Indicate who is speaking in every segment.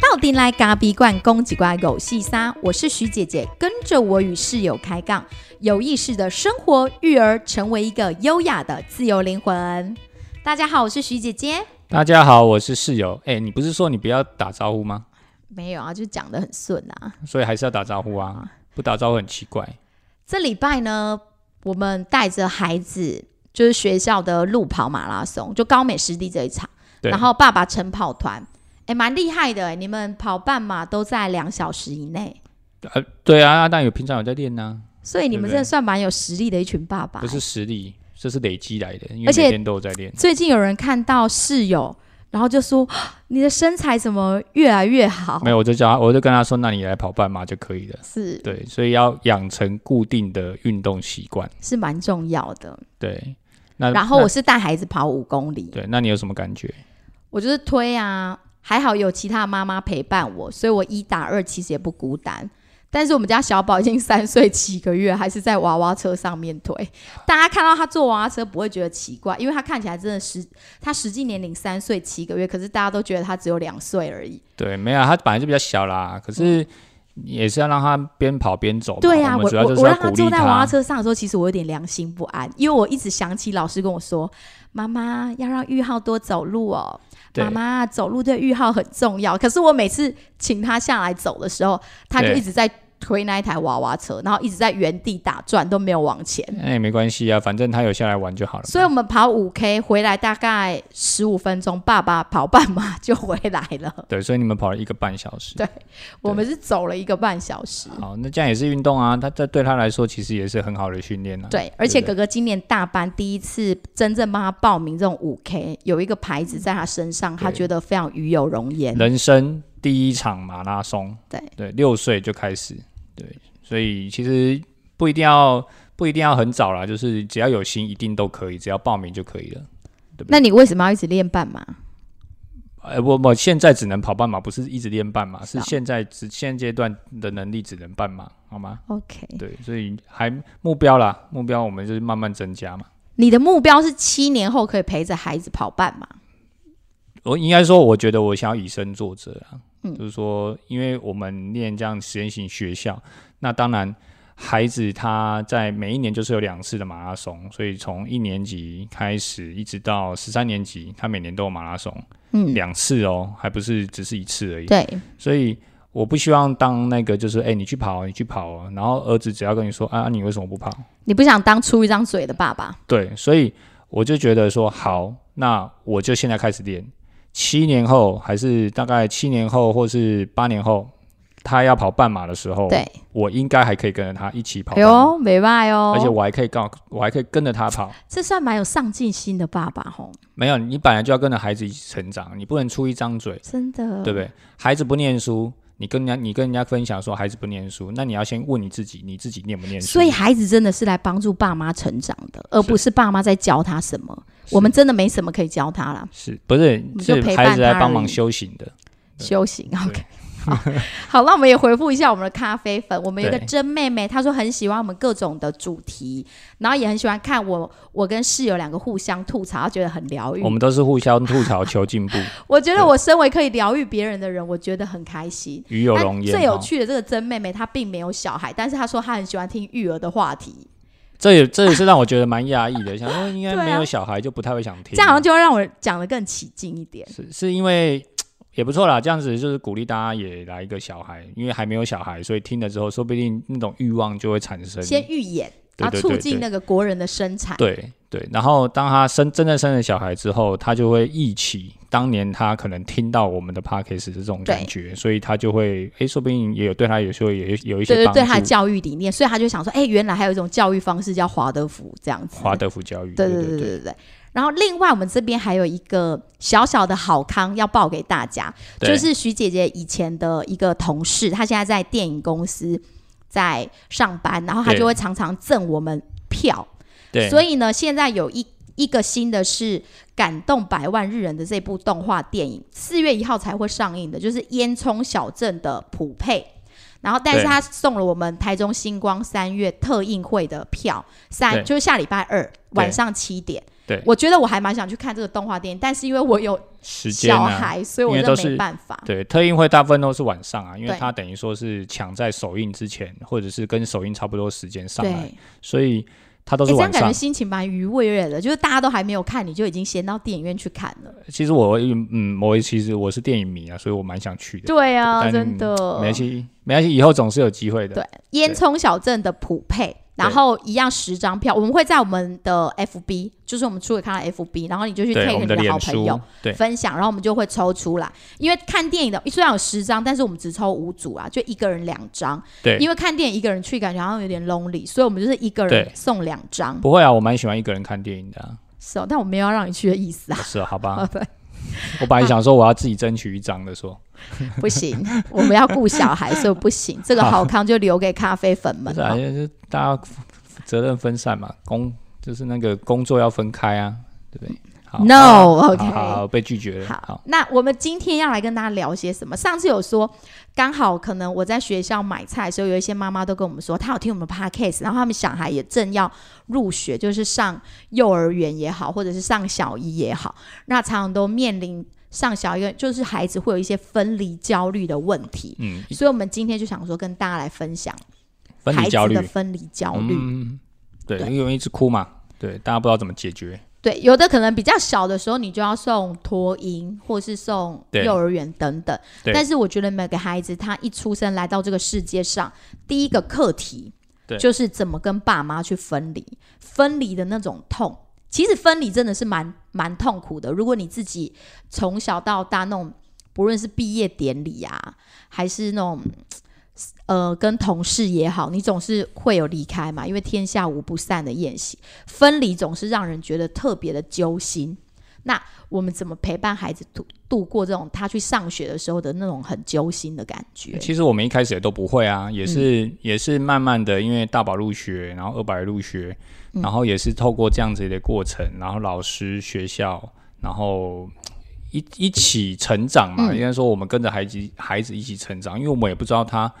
Speaker 1: 到底来咖比罐攻几罐狗细沙？我是徐姐姐，跟着我与室友开杠，有意识的生活育儿，成为一个优雅的自由灵魂。大家好，我是徐姐姐。
Speaker 2: 大家好，我是室友。哎、你不是说你不要打招呼吗？
Speaker 1: 没有啊，就讲得很顺啊。
Speaker 2: 所以还是要打招呼啊，不打招呼很奇怪。
Speaker 1: 这礼拜呢，我们带着孩子，就是学校的路跑马拉松，就高美湿地这一场，
Speaker 2: 对
Speaker 1: 然后爸爸晨跑团，哎，蛮厉害的诶。你们跑半马都在两小时以内，
Speaker 2: 呃，对啊，但有平常有在练呢、
Speaker 1: 所以你们
Speaker 2: 对不对
Speaker 1: 真的算蛮有实力的一群爸爸。
Speaker 2: 不是实力，这是累积来的，因为
Speaker 1: 而且
Speaker 2: 每天都有在练。
Speaker 1: 最近有人看到室友，然后就说 啊你的身材怎么越来越好
Speaker 2: 没？有，我就叫他，我就跟他说，那你来跑半马就可以了。
Speaker 1: 是
Speaker 2: 对，所以要养成固定的运动习惯。
Speaker 1: 是蛮重要的。
Speaker 2: 对，那
Speaker 1: 然后
Speaker 2: 那
Speaker 1: 我是带孩子跑五公里，
Speaker 2: 对，那你有什么感觉？
Speaker 1: 我就是推啊，还好有其他妈妈陪伴我，所以我一打二其实也不孤单。但是我们家小宝已经三岁七个月，还是在娃娃车上面推。大家看到他坐娃娃车不会觉得奇怪，因为他看起来真的实，他实际年龄三岁七个月，可是大家都觉得他只有两岁而已。
Speaker 2: 对，没有啊，他本来就比较小啦，可是也是要让他边跑边走嘛。
Speaker 1: 嗯对呀、
Speaker 2: 我们
Speaker 1: 我
Speaker 2: 主要
Speaker 1: 我
Speaker 2: 就是
Speaker 1: 我
Speaker 2: 要
Speaker 1: 让他
Speaker 2: 鼓励
Speaker 1: 坐在娃娃车上的时候，其实我有点良心不安，因为我一直想起老师跟我说，妈妈要让玉浩多走路哦，
Speaker 2: 对
Speaker 1: 妈妈走路对玉浩很重要。可是我每次请他下来走的时候，他就
Speaker 2: 对
Speaker 1: 一直在推那一台娃娃车，然后一直在原地打转，都没有往前。
Speaker 2: 那也没关系啊，反正他有下来玩就好了嘛。
Speaker 1: 所以我们跑五 K 回来大概十五分钟，爸爸跑半马就回来了。
Speaker 2: 对，所以你们跑了一个半小时。
Speaker 1: 对我们是走了一个半小时。
Speaker 2: 好，那这样也是运动啊，他这对他来说其实也是很好的训练啊。
Speaker 1: 对，而且
Speaker 2: 对
Speaker 1: 哥哥今年大班第一次真正帮他报名这种五 K，有一个牌子在他身上，他
Speaker 2: 对
Speaker 1: 觉得非常与有容颜。
Speaker 2: 人生第一场马拉松，
Speaker 1: 对
Speaker 2: 对，六岁就开始，对，所以其实不一定要不一定要很早啦，就是只要有心，一定都可以，只要报名就可以了。
Speaker 1: 那你为什么要一直练半马？
Speaker 2: 呃，我我现在只能跑半马，不是一直练半马，
Speaker 1: 是
Speaker 2: 是
Speaker 1: 啊
Speaker 2: 现在只现阶段的能力只能半马，好吗？
Speaker 1: OK，
Speaker 2: 对，所以还目标啦，目标我们就是慢慢增加嘛。
Speaker 1: 你的目标是七年后可以陪着孩子跑半马。
Speaker 2: 我应该说，我觉得我想要以身作则啊，
Speaker 1: 嗯
Speaker 2: 就是说，因为我们念这样实验型学校，那当然孩子他在每一年就是有两次的马拉松，所以从一年级开始一直到十三年级，他每年都有马拉松
Speaker 1: 嗯，
Speaker 2: 两次哦，还不是只是一次而已。
Speaker 1: 对，
Speaker 2: 所以我不希望当那个就是，哎、你去跑，你去跑哦，然后儿子只要跟你说啊，你为什么不跑？
Speaker 1: 你不想当出一张嘴的爸爸？
Speaker 2: 对，所以我就觉得说，好，那我就现在开始练。七年后，还是大概七年后，或是八年后，他要跑半马的时候，
Speaker 1: 对，
Speaker 2: 我应该还可以跟着他一起哦跑
Speaker 1: 哎
Speaker 2: 半马，
Speaker 1: 呦，没办哦，
Speaker 2: 而且我还可以告，我还可以跟着他跑。
Speaker 1: 这算蛮有上进心的爸爸吼，
Speaker 2: 没有，你本来就要跟着孩子一起成长，你不能出一张嘴，
Speaker 1: 真的，
Speaker 2: 对不对？孩子不念书，你跟人家你跟人家分享说孩子不念书，那你要先问你自己，你自己念不念书？
Speaker 1: 所以孩子真的是来帮助爸妈成长的，而不是爸妈在教他什么。
Speaker 2: 是
Speaker 1: 我们真的没什么可以教他啦。
Speaker 2: 是不是
Speaker 1: 们就是陪伴
Speaker 2: 孩子来
Speaker 1: 他
Speaker 2: 帮
Speaker 1: 而
Speaker 2: 忙
Speaker 1: 已
Speaker 2: 修行的？对
Speaker 1: 修行
Speaker 2: 对
Speaker 1: ，OK。好， 好，那我们也回复一下我们的咖啡粉。我们有一个
Speaker 2: 对
Speaker 1: 真妹妹，她说很喜欢我们各种的主题，然后也很喜欢看我我跟室友两个互相吐槽，她觉得很疗愈
Speaker 2: 我。们都是互相吐槽，求进步。
Speaker 1: 我觉得我身为可以疗愈别人的人，我觉得很开心。
Speaker 2: 与有
Speaker 1: 但
Speaker 2: 容颜。
Speaker 1: 最有
Speaker 2: 哦
Speaker 1: 趣的哎这个真妹妹，她并没有小孩，但是她说她很喜欢听育儿的话题，
Speaker 2: 这也这也是让我觉得蛮压抑的， 想说应该
Speaker 1: 对啊
Speaker 2: 没有小孩就不太会想听。
Speaker 1: 这样好像就会让啊我讲得更起劲一点。
Speaker 2: 是是因为也不错啦，这样子就是鼓励大家也来一个小孩，因为还没有小孩，所以听了之后，说不定那种欲望就会产生。
Speaker 1: 先预演，
Speaker 2: 对
Speaker 1: 然后
Speaker 2: 对
Speaker 1: 促
Speaker 2: 对
Speaker 1: 进
Speaker 2: 对
Speaker 1: 那个国人的生产。
Speaker 2: 对对，然后当他生真正生了小孩之后，他就会忆起当年他可能听到我们的 podcast 的这种感觉，所以他就会诶，说不定也有对他有时候也有有
Speaker 1: 对
Speaker 2: 一些
Speaker 1: 对
Speaker 2: 帮
Speaker 1: 对，他的
Speaker 2: 助。
Speaker 1: 教育理念，所以他就想说，哎、原来还有一种教育方式叫华德福这样子。
Speaker 2: 华德福教育，
Speaker 1: 对对
Speaker 2: 对
Speaker 1: 对对对对。然后另外我们这边还有一个小小的好康要报给大家，
Speaker 2: 对
Speaker 1: 就是徐姐姐以前的一个同事，她现在在电影公司在上班，然后她
Speaker 2: 对
Speaker 1: 就会常常赠我们票，
Speaker 2: 对，
Speaker 1: 所
Speaker 2: 以
Speaker 1: 以呢，现在有一。一个新的是《感动百万日人》的这部动画电影，四月一号才会上映的，就是烟囱小镇的普配。然后，但是
Speaker 2: 对
Speaker 1: 他送了我们台中星光三月特映会的票，三
Speaker 2: 对
Speaker 1: 就是下礼拜二晚
Speaker 2: 对
Speaker 1: 上七点。
Speaker 2: 对
Speaker 1: 我觉得我还蛮想去看这个动画电影，但是因为我有
Speaker 2: 时间
Speaker 1: 小
Speaker 2: 啊，
Speaker 1: 孩，所以我
Speaker 2: 因为
Speaker 1: 真
Speaker 2: 都
Speaker 1: 的
Speaker 2: 是
Speaker 1: 没办法。
Speaker 2: 对，特映会大部分都是晚上啊，因为
Speaker 1: 啊对
Speaker 2: 它等于说是抢在首映之前，或者是跟首映差不多时间上
Speaker 1: 对，
Speaker 2: 来，所以它都
Speaker 1: 哎、
Speaker 2: 是
Speaker 1: 这
Speaker 2: 晚
Speaker 1: 样感
Speaker 2: 上
Speaker 1: 觉。心情蛮愉悦的，就是大家都还没有看，你就已经先到电影院去看了。
Speaker 2: 其实我嗯，我其实我是电影迷啊，所以我蛮想去的。
Speaker 1: 对啊，
Speaker 2: 但
Speaker 1: 真的。
Speaker 2: 没关系，没关系，以后总是有机会的。
Speaker 1: 对，烟囱小镇的普配，然后一样十张票，我们会在我们的 FB，就是我们出给看到 FB，然后你就去
Speaker 2: 对，我
Speaker 1: take 你
Speaker 2: 们的
Speaker 1: 好
Speaker 2: 脸
Speaker 1: 朋
Speaker 2: 书
Speaker 1: 友，
Speaker 2: 对
Speaker 1: 分享，然后我们就会抽出来。因为看电影的虽然有十张，但是我们只抽五组啊，就一个人两张，
Speaker 2: 对，
Speaker 1: 因为看电影一个人去感觉好像有点 lonely，所以我们就是一个人
Speaker 2: 对
Speaker 1: 送两张。
Speaker 2: 不会啊，我蛮喜欢一个人看电影的、 啊。
Speaker 1: 是哦，但我没有要让你去的意思啊，
Speaker 2: 是啊，好吧，
Speaker 1: 对，
Speaker 2: 我本来想说我要自己争取一张的说，
Speaker 1: 不行，我们要顾小孩，所以不行。这个好康就留给咖啡粉
Speaker 2: 不
Speaker 1: 们
Speaker 2: 是啊，
Speaker 1: 了。
Speaker 2: 就是大家责任分散嘛，工就是那个工作要分开啊，对不对好
Speaker 1: No，OK
Speaker 2: 好好好被拒绝了，
Speaker 1: 好
Speaker 2: 好，，
Speaker 1: 那我们今天要来跟大家聊些什么？上次有说，刚好可能我在学校买菜的时候，有一些妈妈都跟我们说，她有听我们的 podcast，然后他们小孩也正要入学，就是上幼儿园也好，或者是上小一也好，那常常都面临上小一，就是孩子会有一些分离焦虑的问题。
Speaker 2: 嗯，
Speaker 1: 所以，我们今天就想说跟大家来分享
Speaker 2: 分
Speaker 1: 孩
Speaker 2: 离
Speaker 1: 子
Speaker 2: 焦虑
Speaker 1: 的，分离焦虑。
Speaker 2: 嗯，对，
Speaker 1: 对
Speaker 2: 因为一直哭嘛，对，大家不知道怎么解决，
Speaker 1: 对，有的可能比较小的时候，你就要送托婴或是送
Speaker 2: 对
Speaker 1: 幼儿园等等。
Speaker 2: 对
Speaker 1: 但是我觉得每个孩子他一出生来到这个世界上，第一个课题
Speaker 2: 对
Speaker 1: 就是怎么跟爸妈去分离，分离的那种痛。其实分离真的是蛮蛮痛苦的。如果你自己从小到大那种，不论是毕业典礼啊，还是那种呃跟同事也好，你总是会有离开嘛，因为天下无不散的宴席，分离总是让人觉得特别的揪心。那我们怎么陪伴孩子度度过这种他去上学的时候的那种很揪心的感觉？
Speaker 2: 其实我们一开始也都不会啊，也是、
Speaker 1: 嗯
Speaker 2: 也是慢慢的，因为大宝入学，然后二百入学，
Speaker 1: 嗯
Speaker 2: 然后也是透过这样子的过程，然后老师、学校，然后一一起成长
Speaker 1: 嗯
Speaker 2: 嘛。应该说我们跟着孩子孩子一起成长，因为我们也不知道他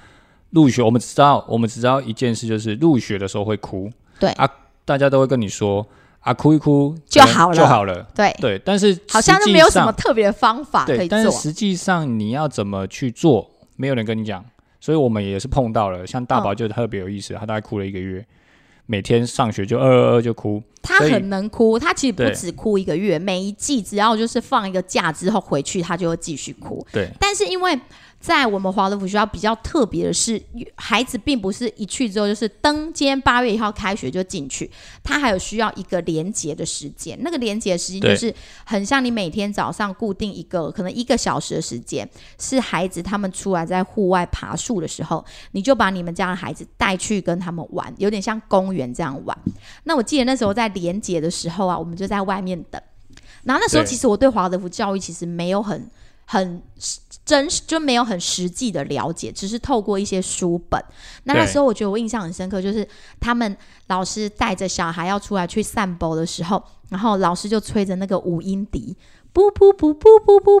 Speaker 2: 入学，我们只知道我们只知道一件事，就是入学的时候会哭，
Speaker 1: 对
Speaker 2: 啊，大家都会跟你说啊，哭一哭
Speaker 1: 就
Speaker 2: 可能
Speaker 1: 好了
Speaker 2: 就好了。
Speaker 1: 对，
Speaker 2: 对，但是
Speaker 1: 好像
Speaker 2: 实
Speaker 1: 就
Speaker 2: 际
Speaker 1: 没有什
Speaker 2: 上
Speaker 1: 么特别的方法可
Speaker 2: 对，
Speaker 1: 以
Speaker 2: 但是
Speaker 1: 做。
Speaker 2: 实际上你要怎么去做，没有人跟你讲，所以我们也是碰到了，像大
Speaker 1: 嗯
Speaker 2: 宝就特别有意思，他大概哭了一个月，每天上学就二二二就哭，
Speaker 1: 他
Speaker 2: 所以
Speaker 1: 很能哭，他其实不
Speaker 2: 对
Speaker 1: 止哭一个月，每一季只要就是放一个假之后回去，他就会继续哭。
Speaker 2: 对
Speaker 1: 但是因为在我们华德福学校比较特别的是，孩子并不是一去之后就是登，今天八月一号开学就进去，他还有需要一个连接的时间。那个连接的时间
Speaker 2: 对
Speaker 1: 就是很像你每天早上固定一个可能一个小时的时间，是孩子他们出来在户外爬树的时候，你就把你们家的孩子带去跟他们玩，有点像公园这样玩。那我记得那时候在连接的时候啊，我们就在外面等。然后那时候
Speaker 2: 对
Speaker 1: 其实我对华德福教育其实没有很很真实就没有很实际的了解，只是透过一些书本。那那
Speaker 2: 对
Speaker 1: 时候我觉得我印象很深刻，就是他们老师带着小孩要出来去散步的时候，然后老师就吹着那个五音笛。不不不不不不不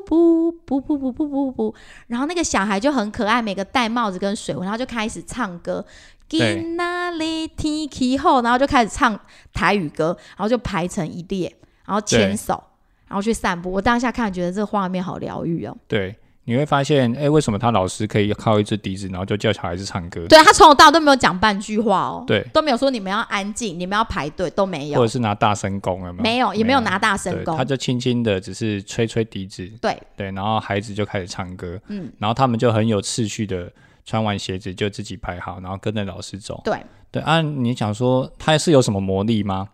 Speaker 1: 不不不不不不，然后那个小孩就很可爱，每个戴帽子跟水壶，然后就开始唱歌。
Speaker 2: 对
Speaker 1: 今那里天气后，然后就开始唱台语歌，然后就排成一列，然后牵
Speaker 2: 对
Speaker 1: 手，然后去散步。我当下看觉得这画面好疗愈哦。
Speaker 2: 对，你会发现，哎，为什么他老师可以靠一支笛子，然后就叫小孩子唱歌，
Speaker 1: 对他从头到尾都没有讲半句话哦，
Speaker 2: 对
Speaker 1: 都没有说你们要安静，你们要排队都没
Speaker 2: 或者
Speaker 1: 有，
Speaker 2: 是拿大声功，有没有？
Speaker 1: 没有也没有拿大
Speaker 2: 对
Speaker 1: 声功
Speaker 2: 他，就轻轻的只是吹吹笛子，
Speaker 1: 对
Speaker 2: 对，哦然后孩子就开始唱歌，嗯，然后他们就很有秩序的穿完鞋子就自己排好，然后跟着老师走。
Speaker 1: 对，
Speaker 2: 对啊，你想说它是有什么魔力吗？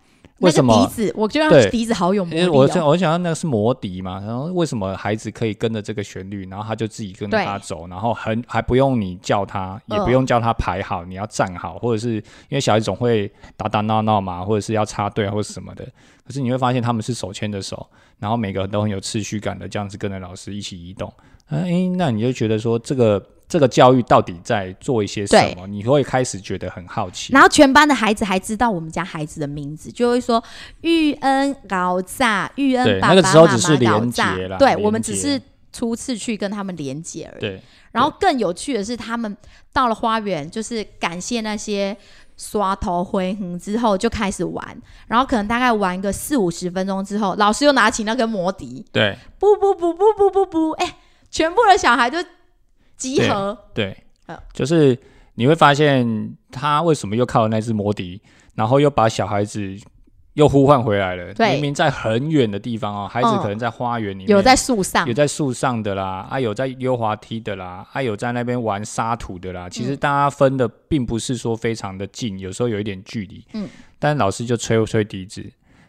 Speaker 1: 那
Speaker 2: 为什
Speaker 1: 个
Speaker 2: 么
Speaker 1: 笛？子，我觉得
Speaker 2: 对
Speaker 1: 他笛子好有魔
Speaker 2: 因
Speaker 1: 力
Speaker 2: 为我
Speaker 1: 哦。
Speaker 2: 想，我想到那个是魔笛嘛，然后为什么孩子可以跟着这个旋律，然后他就自己跟着
Speaker 1: 对
Speaker 2: 他走，然后很还不用你叫他，也不
Speaker 1: 嗯
Speaker 2: 用叫他排好，你要站好，或者是因为小孩总会打打闹闹嘛，或者是要插队啊或者什么的。可是你会发现他们是手牵着手，然后每个人都很有秩序感的这样子跟着老师一起移动。哎、那你就觉得说这个这个教育到底在做一些什
Speaker 1: 对
Speaker 2: 么？你会开始觉得很好奇。
Speaker 1: 然后全班的孩子还知道我们家孩子的名字，就会说玉恩搞炸，玉
Speaker 2: 对
Speaker 1: 恩爸爸
Speaker 2: 那个时候
Speaker 1: 妈
Speaker 2: 只是
Speaker 1: 妈搞
Speaker 2: 连
Speaker 1: 炸
Speaker 2: 结啦，
Speaker 1: 对
Speaker 2: 连
Speaker 1: 我们只
Speaker 2: 结
Speaker 1: 是初次去跟他们连接而已。
Speaker 2: 对
Speaker 1: 然后更有趣的是，他们到了花园，就是感谢那些刷头回哼之后就开始玩，然后可能大概玩个四五十分钟之后，老师又拿起那根魔笛，
Speaker 2: 对
Speaker 1: 不不不不不不不，哎、全部的小孩就集合，
Speaker 2: 对
Speaker 1: 好，
Speaker 2: 就是你会发现他为什么又靠了那只魔笛，然后又把小孩子又呼唤回来了。
Speaker 1: 对
Speaker 2: 明明在很远的地方哦，孩子
Speaker 1: 嗯
Speaker 2: 可能在花园里面，
Speaker 1: 有在树上
Speaker 2: 有，在树上的啦，啊有在溜滑梯的啦，啊有在那边玩沙土的啦。其
Speaker 1: 嗯
Speaker 2: 实大家分的并不是说非常的近，有时候有一点距离。
Speaker 1: 嗯，
Speaker 2: 但老师就吹吹笛子，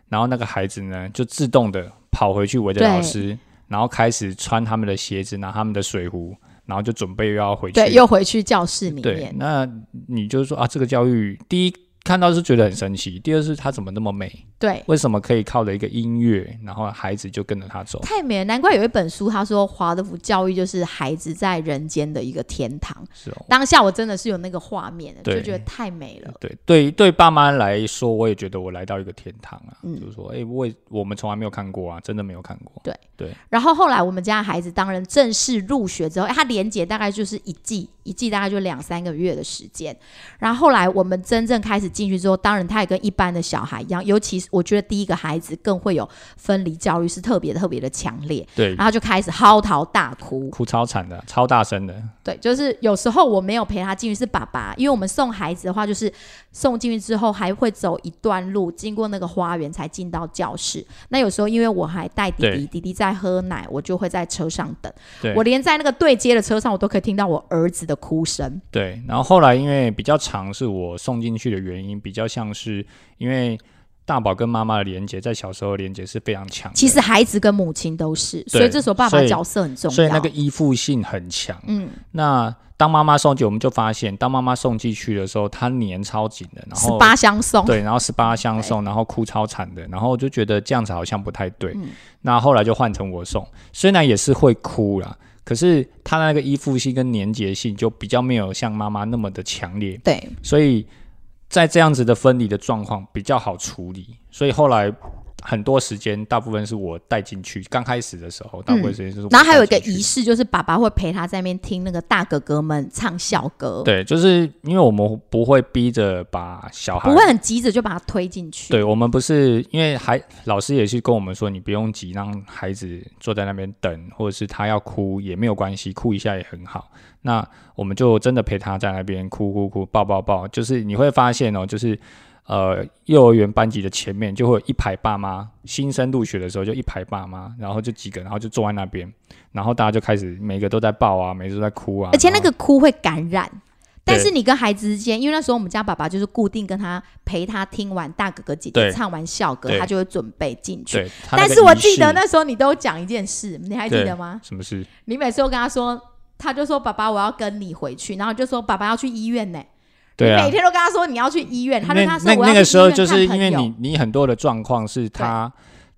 Speaker 2: 然后那个孩子呢就自动的跑回去围着
Speaker 1: 对
Speaker 2: 老师，然后开始穿他们的鞋子，拿他们的水壶，然后就准备又要回去。
Speaker 1: 对，又回去教室里
Speaker 2: 对
Speaker 1: 面，，
Speaker 2: 那你就说啊，这个教育第一。看到是觉得很神奇，第二是它怎么那么美？
Speaker 1: 对，
Speaker 2: 为什么可以靠着一个音乐，然后孩子就跟着他走？
Speaker 1: 太美了，难怪有一本书，他说华德福教育就是孩子在人间的一个天堂。
Speaker 2: 是哦，
Speaker 1: 当下我真的是有那个画面的，
Speaker 2: 对
Speaker 1: 就觉得太美了。
Speaker 2: 对对对，爸妈来说，我也觉得我来到一个天堂啊，
Speaker 1: 嗯
Speaker 2: 就是说，哎、我也我们从来没有看过啊，真的没有看过。
Speaker 1: 对
Speaker 2: 对，
Speaker 1: 然后后来我们家的孩子当然正式入学之后，哎他连结大概就是一季，一季大概就两三个月的时间。然后后来我们真正开始进去之后，当然他也跟一般的小孩一样，尤其是我觉得第一个孩子更会有分离焦虑，是特别特别的强烈，
Speaker 2: 对，
Speaker 1: 然后就开始嚎啕大哭。
Speaker 2: 哭超惨的，超大声的，
Speaker 1: 对，就是有时候我没有陪他进去，是爸爸，因为我们送孩子的话，就是送进去之后还会走一段路，经过那个花园才进到教室。那有时候因为我还带弟
Speaker 2: 对
Speaker 1: 弟，弟弟在喝奶，我就会在车上等
Speaker 2: 对。
Speaker 1: 我连在那个对接的车上，我都可以听到我儿子的哭声。
Speaker 2: 对。然后后来因为比较长，是我送进去的原因，比较像是因为大宝跟妈妈的连接，在小时候的连接是非常强的，
Speaker 1: 其实孩子跟母亲都是，所以这时候爸爸
Speaker 2: 所以
Speaker 1: 角色很重要。
Speaker 2: 所以那个依附性很强。
Speaker 1: 嗯，
Speaker 2: 那当妈妈送进，我们就发现，当妈妈送进去的时候，她黏超紧的，然
Speaker 1: 十
Speaker 2: 后
Speaker 1: 八相送，
Speaker 2: 对，然后十
Speaker 1: 哦
Speaker 2: 八相送，然后哭超惨的，然后我就觉得这样子好像不太对。
Speaker 1: 嗯
Speaker 2: 那后来就换成我送，虽然也是会哭啦，可是他那个依附性跟粘结性就比较没有像妈妈那么的强烈，
Speaker 1: 对
Speaker 2: 所以在这样子的分离的状况比较好处理。所以后来很多时间，大部分是我带进去，刚开始的时候，大部分时间就是我带进去、
Speaker 1: 嗯然后还有一个仪式，就是爸爸会陪他在那边听那个大哥哥们唱校歌，
Speaker 2: 对，就是因为我们不会逼着把小孩
Speaker 1: 不会很急着就把他推进去。
Speaker 2: 对我们不是因为孩老师也是跟我们说，你不用急，让孩子坐在那边等，或者是他要哭也没有关系，哭一下也很好。那我们就真的陪他在那边哭哭哭，抱抱抱，就是你会发现哦，就是呃，幼儿园班级的前面就会有一排爸妈，新生入学的时候就一排爸妈，然后就几个，然后就坐在那边，然后大家就开始每个都在抱啊，每个都在哭啊，
Speaker 1: 而且那
Speaker 2: 然后
Speaker 1: 个哭会感染。
Speaker 2: 对
Speaker 1: 但是你跟孩子之间，因为那时候我们家爸爸就是固定跟他陪他听完大哥哥姐姐
Speaker 2: 对
Speaker 1: 唱完校歌
Speaker 2: 对，
Speaker 1: 他就会准备进去。
Speaker 2: 对，他那
Speaker 1: 但
Speaker 2: 个
Speaker 1: 是我
Speaker 2: 仪
Speaker 1: 记得
Speaker 2: 式
Speaker 1: 那时候你都有讲一件事，你还记
Speaker 2: 对
Speaker 1: 得吗？
Speaker 2: 什么事？
Speaker 1: 你每次都跟他说，他就说爸爸我要跟你回去，然后就说爸爸要去医院呢、
Speaker 2: 对啊，
Speaker 1: 你每天都跟他说你要去医院，他就
Speaker 2: 那
Speaker 1: 跟他
Speaker 2: 那
Speaker 1: 说我要
Speaker 2: 那
Speaker 1: 去
Speaker 2: 个
Speaker 1: 医
Speaker 2: 时候
Speaker 1: 院
Speaker 2: 就是
Speaker 1: 看
Speaker 2: 因
Speaker 1: 朋
Speaker 2: 为
Speaker 1: 友。
Speaker 2: 你你很多的状况是他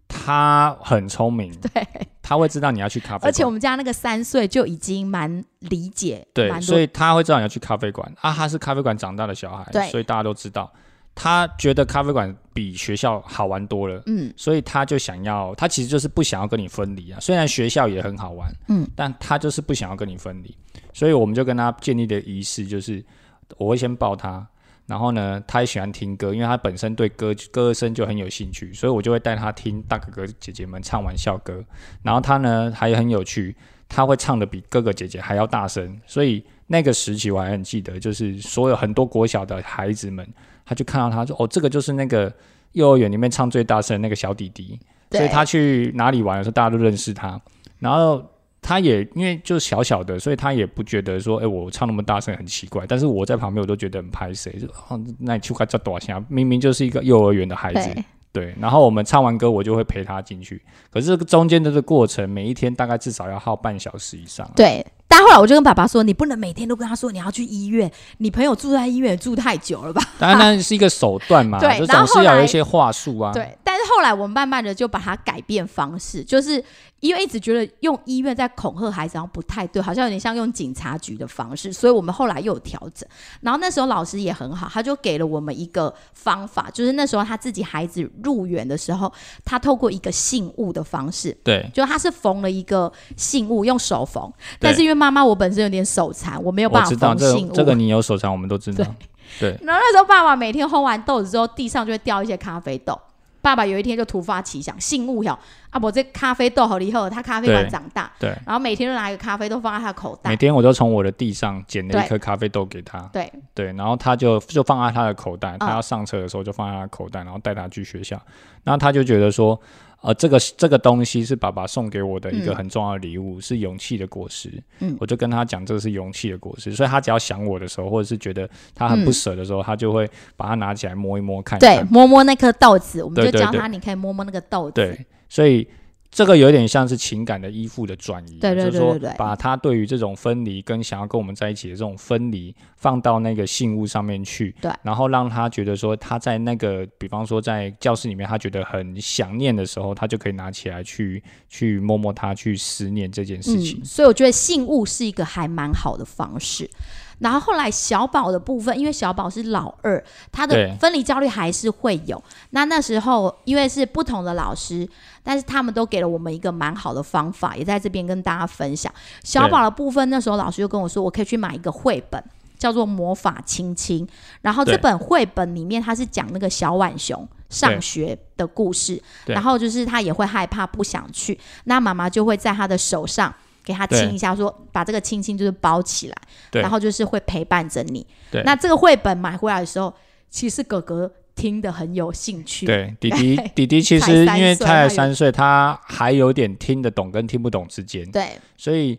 Speaker 2: 他很聪明，
Speaker 1: 对，
Speaker 2: 他会知道你要去咖啡馆，
Speaker 1: 而且我们家那个三岁就已经蛮理解，
Speaker 2: 对，
Speaker 1: 蛮
Speaker 2: 所
Speaker 1: 多
Speaker 2: 以他会知道你要去咖啡馆啊，他是咖啡馆长大的小孩，
Speaker 1: 对
Speaker 2: 所以大家都知道，他觉得咖啡馆比学校好玩多了。
Speaker 1: 嗯，
Speaker 2: 所以他就想要，他其实就是不想要跟你分离啊。虽然学校也很好玩，
Speaker 1: 嗯，
Speaker 2: 但他就是不想要跟你分离。所以我们就跟他建立的仪式就是，我会先抱他，然后呢，他也喜欢听歌，因为他本身对歌歌声就很有兴趣，所以我就会带他听大哥哥姐姐们唱玩笑歌。然后他呢还很有趣，他会唱的比哥哥姐姐还要大声，所以那个时期我还很记得，就是所有很多国小的孩子们，他就看到他说：“哦，这个就是那个幼儿园里面唱最大声的那个小弟弟。”
Speaker 1: 对
Speaker 2: 所以他去哪里玩的时候，大家都认识他。然后他也因为就小小的，所以他也不觉得说：“哎、我唱那么大声很奇怪。”但是我在旁边我都觉得很拍谁，就哦，那你去看这多少钱？明明就是一个幼儿园的孩子，
Speaker 1: 对，
Speaker 2: 对，然后我们唱完歌，我就会陪他进去。可是这个中间的这个过程，每一天大概至少要耗半小时以上啊、
Speaker 1: 对，但后来我就跟爸爸说，你不能每天都跟他说你要去医院，你朋友住在医院也住太久了吧？
Speaker 2: 当然，那是一个手段嘛，
Speaker 1: 对
Speaker 2: 就
Speaker 1: 然后
Speaker 2: 总是要
Speaker 1: 后
Speaker 2: 有
Speaker 1: 来
Speaker 2: 一些话术啊。
Speaker 1: 对，但是后来我们慢慢的就把它改变方式，就是因为一直觉得用医院在恐吓孩子好像不太对，好像有点像用警察局的方式，所以我们后来又有调整。然后那时候老师也很好，他就给了我们一个方法，就是那时候他自己孩子入园的时候，他透过一个信物的方式，
Speaker 2: 对，
Speaker 1: 就他是缝了一个信物，用手缝，
Speaker 2: 对
Speaker 1: 但是因为妈妈我本身有点手残，我没有
Speaker 2: 我
Speaker 1: 办
Speaker 2: 知
Speaker 1: 法
Speaker 2: 道
Speaker 1: 缝
Speaker 2: 这
Speaker 1: 信物。
Speaker 2: 这个你有手残，我们都知道。 对，
Speaker 1: 然后那时候爸爸每天烘完豆子之后，地上就会掉一些咖啡豆。爸爸有一天就突发奇想，信物哟，啊，我这咖啡豆好了以后，他咖啡馆
Speaker 2: 对
Speaker 1: 长大，
Speaker 2: 对，
Speaker 1: 然后每天就拿一个咖啡豆放在他的口
Speaker 2: 每
Speaker 1: 袋，
Speaker 2: 天我都从我的地上捡了
Speaker 1: 对
Speaker 2: 一颗咖啡豆给他，
Speaker 1: 对，
Speaker 2: 对，然后他就就放在他的口袋，
Speaker 1: 嗯
Speaker 2: 他要上车的时候就放在他的口袋，然后带他去学校。那他就觉得说，呃，这个这个东西是爸爸送给我的一个很重要的礼物，是勇气的果实。
Speaker 1: 嗯
Speaker 2: 我就跟他讲这是勇气的果实，所以他只要想我的时候，或者是觉得他很不舍的时候，他就会把它拿起来摸一摸看
Speaker 1: 嗯对，
Speaker 2: 看。
Speaker 1: 摸摸那颗豆子，我们就
Speaker 2: 对对
Speaker 1: 教
Speaker 2: 对
Speaker 1: 他，你可以摸摸那个豆子，
Speaker 2: 对，所以。这个有点像是情感的依附的转移，啊
Speaker 1: 对对对
Speaker 2: 就是
Speaker 1: 对对
Speaker 2: 说把他对于这种分离跟想要跟我们在一起的这种分离放到那个信物上面去，
Speaker 1: 对
Speaker 2: 然后让他觉得说他在那个，比方说在教室里面，他觉得很想念的时候，他就可以拿起来去去摸摸它，去思念这件事情。
Speaker 1: 嗯。所以我觉得信物是一个还蛮好的方式。然后后来小宝的部分，因为小宝是老二，他的
Speaker 2: 对
Speaker 1: 分离焦虑还是会有。那那时候因为是不同的老师，但是他们都给了我们一个蛮好的方法，也在这边跟大家分享。小宝的部分，那时候老师就跟我说，我可以去买一个绘本，叫做《魔法亲亲》。然后这
Speaker 2: 对
Speaker 1: 本绘本里面，它是讲那个小浣熊上学的故事，
Speaker 2: 对
Speaker 1: 然后就是他也会害怕，不想去。那妈妈就会在他的手上给他亲一下，说把这个亲亲就是包起来，
Speaker 2: 对
Speaker 1: 然后就是会陪伴着你
Speaker 2: 对。
Speaker 1: 那这个绘本买回来的时候，其实哥哥听得很有兴趣，
Speaker 2: 对，弟弟弟弟其
Speaker 1: 才
Speaker 2: 实
Speaker 1: 三
Speaker 2: 因为
Speaker 1: 岁
Speaker 2: 他
Speaker 1: 他有
Speaker 2: 才三岁，他还有点听得懂跟听不懂之间，
Speaker 1: 对，
Speaker 2: 所以